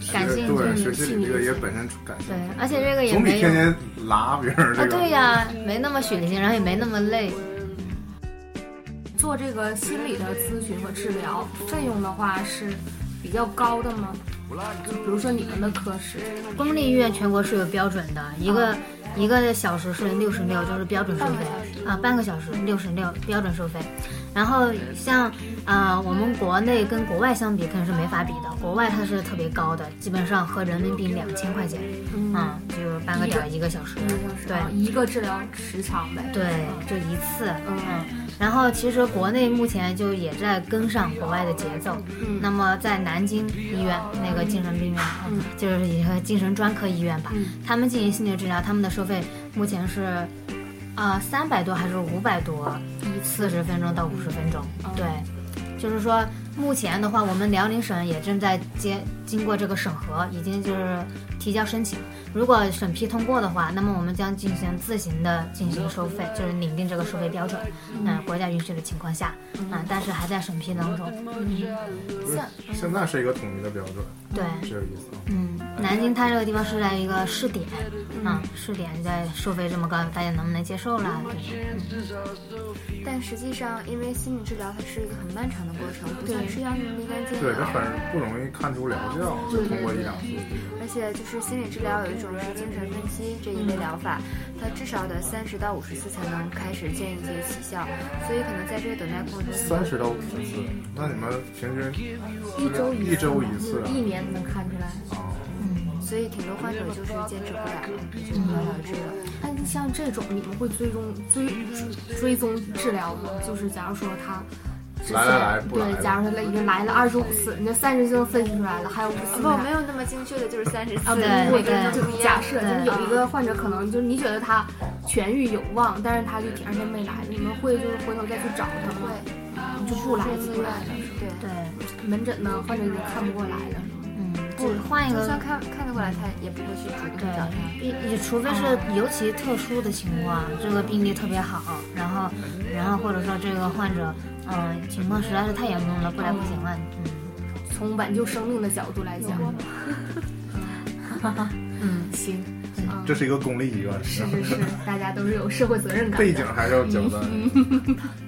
S3: 学
S6: 感兴趣
S3: 对学心理这个也本身感兴
S6: 对
S3: 趣，，
S6: 而且这个也
S3: 总比
S6: 没有
S3: 天天拉别人
S6: 啊
S3: 这，个。
S6: 对呀，没那么血淋，然后也没那么累。
S4: 做这个心理的咨询和治疗，费用的话是比较高的吗？就比如说你们的科室，
S6: 公立医院全国是有标准的，一个一个小时是六十六，就是标准收费啊，嗯半个小时六十六标准收费。然后像呃，我们国内跟国外相比，肯定是没法比的。国外它是特别高的，基本上合人民币两千块钱，嗯，就是半个点儿一个小时，对。
S4: 啊一个治疗时长呗。
S6: 对，就一次。
S4: 嗯
S6: 然后其实国内目前就也在跟上国外的节奏。
S4: 嗯
S6: 那么在南京医院那个精神病院，
S4: 嗯
S6: 就是一个精神专科医院吧，
S4: 嗯
S6: 他们进行心理治疗，他们的收费目前是，呃，三百多还是五百多，四十分钟到五十分钟。
S4: 哦
S6: 对，就是说目前的话，我们辽宁省也正在接经过这个审核，已经就是提交申请。如果审批通过的话，那么我们将进行自行的进行收费，
S4: 嗯
S6: 就是拟定这个收费标准。嗯、国家允许的情况下，嗯、但是还在审批当中。
S4: 嗯
S3: 就是现在是一个统一的标准，
S6: 对，
S3: 这个意思啊。
S6: 嗯，南京它这个地方是在一个试点，嗯，试点在收费这么高，大家能不能接受啦？对，嗯
S7: 但实际上，因为心理治疗它是一个很漫长的过程，不像吃药那么立竿见
S3: 对，这
S7: 影。
S3: 很不容易看出疗效，就通过一两次。
S7: 而且就是心理治疗有一种是精神分析这一类疗法，它至少得三十到五十次才能开始见一些起效，所以可能在这个等待过程中，
S3: 三十到五十次，那你们平均
S4: 一周
S3: 一
S4: 一
S3: 一周一次啊
S4: 一年能看出来。
S3: 啊，
S7: 所以挺多患者就是坚持不了，就无药导致了。
S4: 但像这种你们会追踪追追踪治疗吗？就是假如说他之前，
S3: 来来来不来了
S4: 对，假如说已经来了二十五次，你这三十就分析出来了，还有五次
S7: 不，
S4: 呢
S7: 没有那么精确的，就是三十四，
S4: 啊，对，
S6: 对
S4: 每个人都不一样。假设就
S6: 对
S4: 是有一个患者可能就是你觉得他痊愈有望，但是他就第二天没来，你们会就是回头再去找他吗？
S7: 嗯
S4: 你就不来就不来了。
S7: 对，
S6: 对，
S4: 门诊呢，患者已经看不过来了。
S6: 嗯，就是换一
S7: 就
S6: 个
S7: 算看看得过来，他也不会去主动找他。
S6: 也也除非是尤其特殊的情况，这个病例特别好，然后，然后或者说这个患者，嗯、情况实在是太严重了，不来不行了，嗯，
S4: 从挽救生命的角度来讲，
S6: 嗯，
S4: 行，嗯
S3: 这是一个公立医院，
S4: 是是是，大家都是有社会责任感
S3: 背
S4: 的。
S3: 景还是要交代。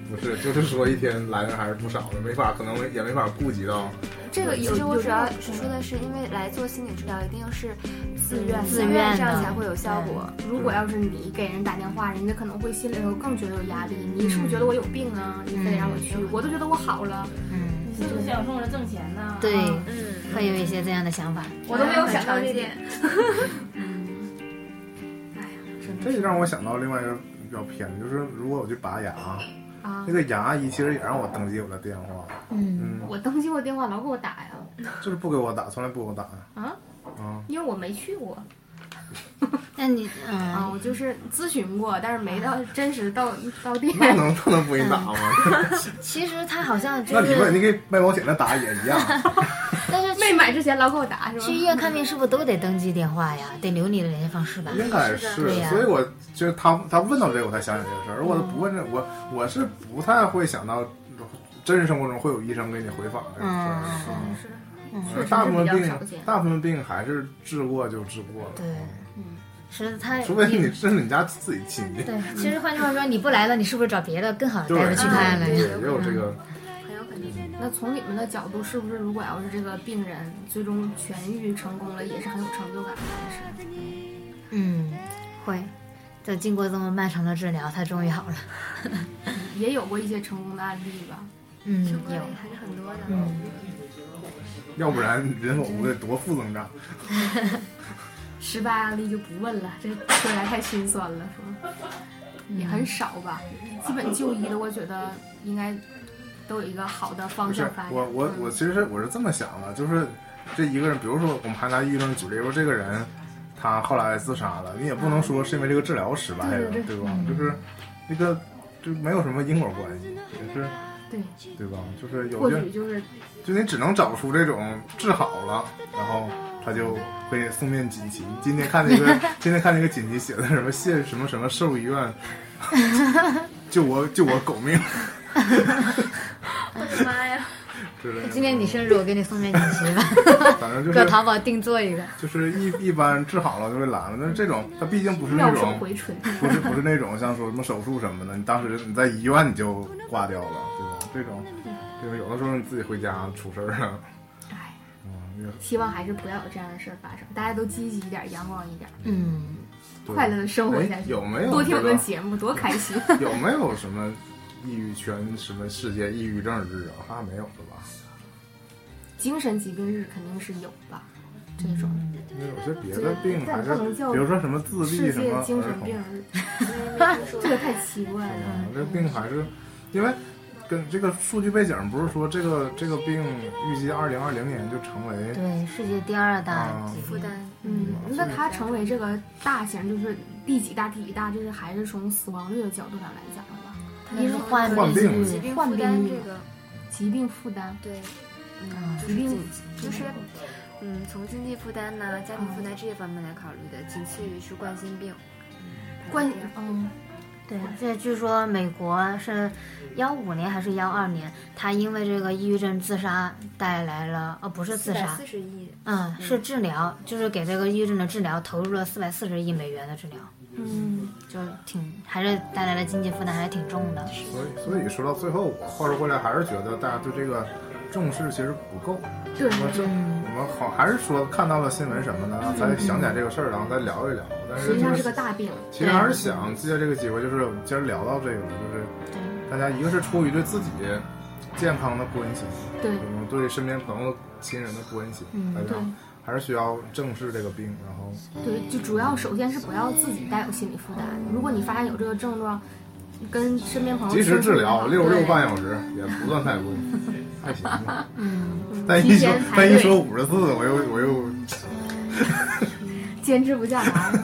S3: 不是，就是说一天来的还是不少的，没法，可能也没法顾及到。
S7: 这个
S4: 有
S7: 其实我
S4: 有
S7: 主要
S4: 这个
S7: 是说的是，因为来做心理治疗一定要是自
S4: 嗯
S7: 愿的，
S6: 自愿的
S7: 这样才会有效果。
S4: 如果要是你给人打电话，人家可能会心里头更觉得有压力。你是不是觉得我有病啊？你非得让我去，我都觉得我好了，
S6: 嗯，
S5: 是不是想冲着挣钱呢？
S6: 对，
S7: 嗯，
S6: 会有一些这样的想法，
S4: 我都没有想到这点。
S3: 这就让我想到另外一个比较偏的，就是如果我去拔牙，
S4: 啊
S3: 那。个牙医其实也让我登记我的电话，
S6: 嗯，
S3: 嗯，
S4: 我登记过电话，老给我打呀，
S3: 就是不给我打，从来不给我打。
S4: 啊
S3: 啊，
S4: 因为我没去过
S6: 那你，嗯、
S4: 啊，我就是咨询过，但是没到真实 到到店。
S3: 那能那能不给你打吗？
S6: 其实他好像
S3: 那
S6: 就
S3: 你问
S6: 是，
S3: 你给买保险的打也一样，
S6: 但是
S4: 没
S6: 去
S4: 买之前老给我打是
S6: 去
S4: 吧？
S6: 医院看病是不是都得登记电话呀？得留你的联系方式吧？
S3: 应该
S7: 是的
S3: 是
S6: 对。呀
S3: 所以我就是他他问到这个，我才想起这个事儿。如果他不问这，我我是不太会想到真实生活中会有医生给你回访这个事儿。
S6: 嗯
S3: 嗯
S4: 是
S6: 嗯，
S4: 确实
S3: 大部分
S4: 是比较少
S3: 病
S4: 见，
S3: 大部分病还是治过就治过了，
S6: 对，是他，
S3: 除非你是你家自己亲戚，
S6: 对， 其实换句话说，你不来了，你是不是找别的更好的
S3: 对
S6: 大夫去看了
S3: 对
S6: 呀？
S3: 也有这个，
S7: 很有可能。
S4: 那从你们的角度，是不是如果要是这个病人最终痊愈成功了，也是很有成就感的？还是
S6: 嗯，会。就经过这么漫长的治疗，他终于好了。
S4: 也有过一些成功的案例吧？
S6: 嗯，
S7: 生活里
S6: 有。
S7: 还是很多的。
S6: 嗯，
S3: 要不然人口得多负增长。
S4: 失败案例就不问了，这说来太心酸了，是吧？也很少吧，基本就医的，我觉得应该都有一个好的
S3: 不
S4: 方
S3: 是
S4: 向发展。嗯
S3: 我我我其实是我是这么想的，就是这一个人，比如说我们还拿抑郁症举例，说这个人他后来自杀了，你也不能说是因为这个治疗失败了，对吧？
S4: 嗯
S3: 就是这个就没有什么因果关系，就是
S4: 对，
S3: 对吧？就是有
S4: 或
S3: 些
S4: 许就是
S3: 就你只能找出这种治好了，然后他就会送面锦旗。今天看那 个，今天看那个锦旗写的什么谢什么什么兽医院， 救我救我狗 命
S6: 哎
S7: 我的妈呀！
S3: 之类
S6: 今
S3: 的，
S6: 天你生日，我给你送面锦 旗吧，
S3: 反正就
S6: 搁
S3: 是
S6: 淘宝定做一个。
S3: 就是一一般治好了就会来了，但是这种它毕竟不是那
S4: 妙手
S3: 种
S4: 回春。
S3: 不是不是那种像说什么手术什么的，你当时你在医院你就挂掉了，对吧？这种这种有的时候你自己回家出事儿了，
S4: 哎，
S3: 嗯，也
S4: 希望还是不要有这样的事儿发生，大家都积极一点，阳光一点，
S6: 嗯，
S3: 对
S4: 快乐的生活下
S3: 哎
S4: 去。
S3: 有没有
S4: 多听我
S3: 这
S4: 们
S3: 个
S4: 节目，多开心！
S3: 有没有什么抑郁圈、什么世界抑郁症日啊？还没有的吧？
S4: 精神疾病日肯定是有吧，这种
S3: 因为有些别的病还是
S4: 但不能，叫
S3: 比如说什么自闭
S4: 世
S3: 什么
S4: 界
S3: 儿
S4: 精神
S3: 童，
S4: 病日，
S7: 说
S4: 这个太奇怪了。
S3: 嗯，这病还是因为跟这个数据背景不是说这个这个病预计二零二零年就成为
S6: 对，世界第二大
S3: 啊
S6: 疾
S7: 负
S6: 病。
S7: 担，
S4: 嗯，
S3: 嗯
S4: 那它成为这个大型，就是第几大、第几大，就是还是从死亡率的角度上来讲的吧。
S6: 因为患
S3: 患病
S6: 率
S7: 疾病负担这个，
S4: 疾病负担，
S7: 对，
S6: 嗯
S7: 就
S4: 疾
S7: 是
S4: 病
S7: 经就是。嗯，从经济负担呐、家庭负担这些方面来考虑的，仅次于是冠心病。
S4: 关嗯，
S6: 对，这据说美国是幺五年还是幺二年，他因为这个抑郁症自杀带来了，哦，不是自杀
S7: 四，十亿，
S6: 嗯，是治疗，就是给这个抑郁症的治疗投入了四百四十亿美元的治疗，
S4: 嗯，
S6: 就挺还是带来的经济负担还是挺重的。
S3: 所以，所以说到最后，我话说回来，还是觉得大家对这个重视其实不够。
S4: 对
S3: 我这我们好还是说看到了新闻什么的，才想起来这个事儿，然后再聊一聊。但
S4: 实
S3: 是
S4: 际
S3: 就
S4: 嗯上是
S3: 是
S4: 个大病。
S3: 其实还是想借这个机会，就是我们今儿聊到这个，就是大家一个是出于对自己健康的关心，
S4: 对
S3: 我们对身边朋友、亲人的关心，大家
S4: 嗯对
S3: 还是需要正视这个病，然后
S4: 对，就主要首先是不要自己带有心理负担。如果你发现有这个症状，跟身边朋友
S3: 及时治疗，
S4: 说
S3: 六十
S4: 对
S3: 六半小时也不算太贵，还行吧。
S4: 嗯
S3: 但一
S4: 提
S3: 说
S4: 前排
S3: 但一
S4: 队
S3: 说五十四，我又我又
S4: 坚持不下来 是吧？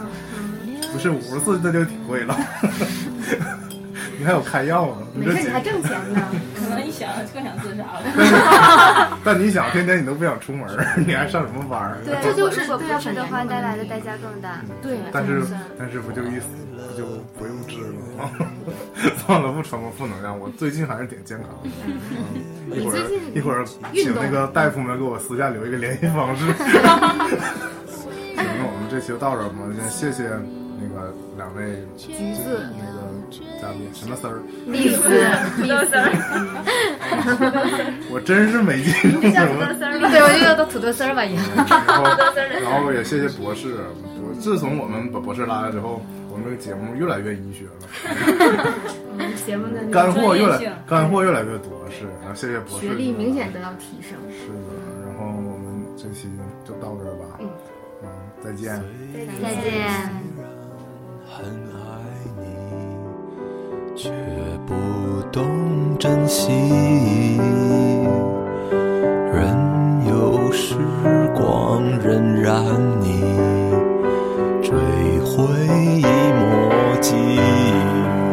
S3: 不是五十四，那就挺贵 了。你还有开药呢，你
S4: 没
S3: 这
S4: 事，你还挣钱 呢。
S5: 可能一想更想自杀了。
S3: 但你想，天天你都不想出门儿，你还上什么班儿？
S7: 对，
S4: 这就是
S7: 如果不
S4: 对啊
S7: 吃的
S4: 本
S7: 话，
S4: 源的
S7: 带来的
S4: 问题
S7: 代价更大。
S4: 对，
S3: 但是但是不就一死不就不用治了吗？ 算了，不传播负能量，我最近还是挺健康的。嗯一会
S4: 你最
S3: 儿
S4: 近
S3: 一会儿
S4: 运
S3: 请
S4: 动
S3: 那个大夫们给我私下留一个联系方式。行，那我们这期就到这儿吧，先谢谢那个两位
S4: 橘子、
S3: 那个嘉宾什么丝儿，
S4: 栗 子、栗子，
S3: 我真是没记住什么。
S6: 对，我就叫它土豆丝儿吧，以 后。
S3: 然后，然后也谢谢博士。
S4: 嗯
S3: 我自从我们把博士拉来之后，我们这个节目越来越医学了，
S4: 节目的
S3: 干货越
S5: 专业性
S3: 来干货越来越多，是。然后谢谢博士，
S4: 学历明显得到提升。
S3: 是的。然后我们这期就到这儿吧，嗯，再见。
S6: 再见。
S8: 很爱你，却不懂珍惜。任由时光荏苒你，追悔一抹记忆。
S9: 虽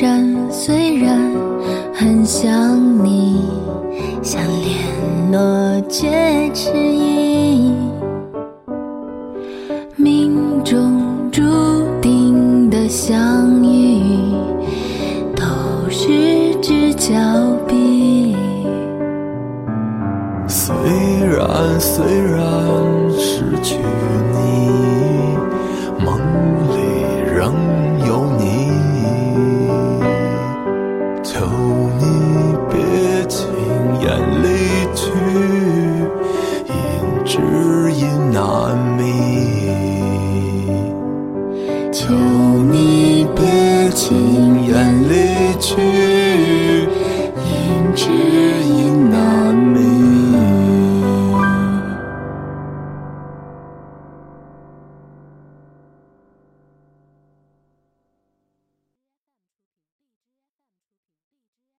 S9: 然虽然很想你，想联络却迟疑。命中注定的相遇，都是只脚臂。
S8: 虽然虽然失去你，梦里仍有你。求你别轻言离去，因知音难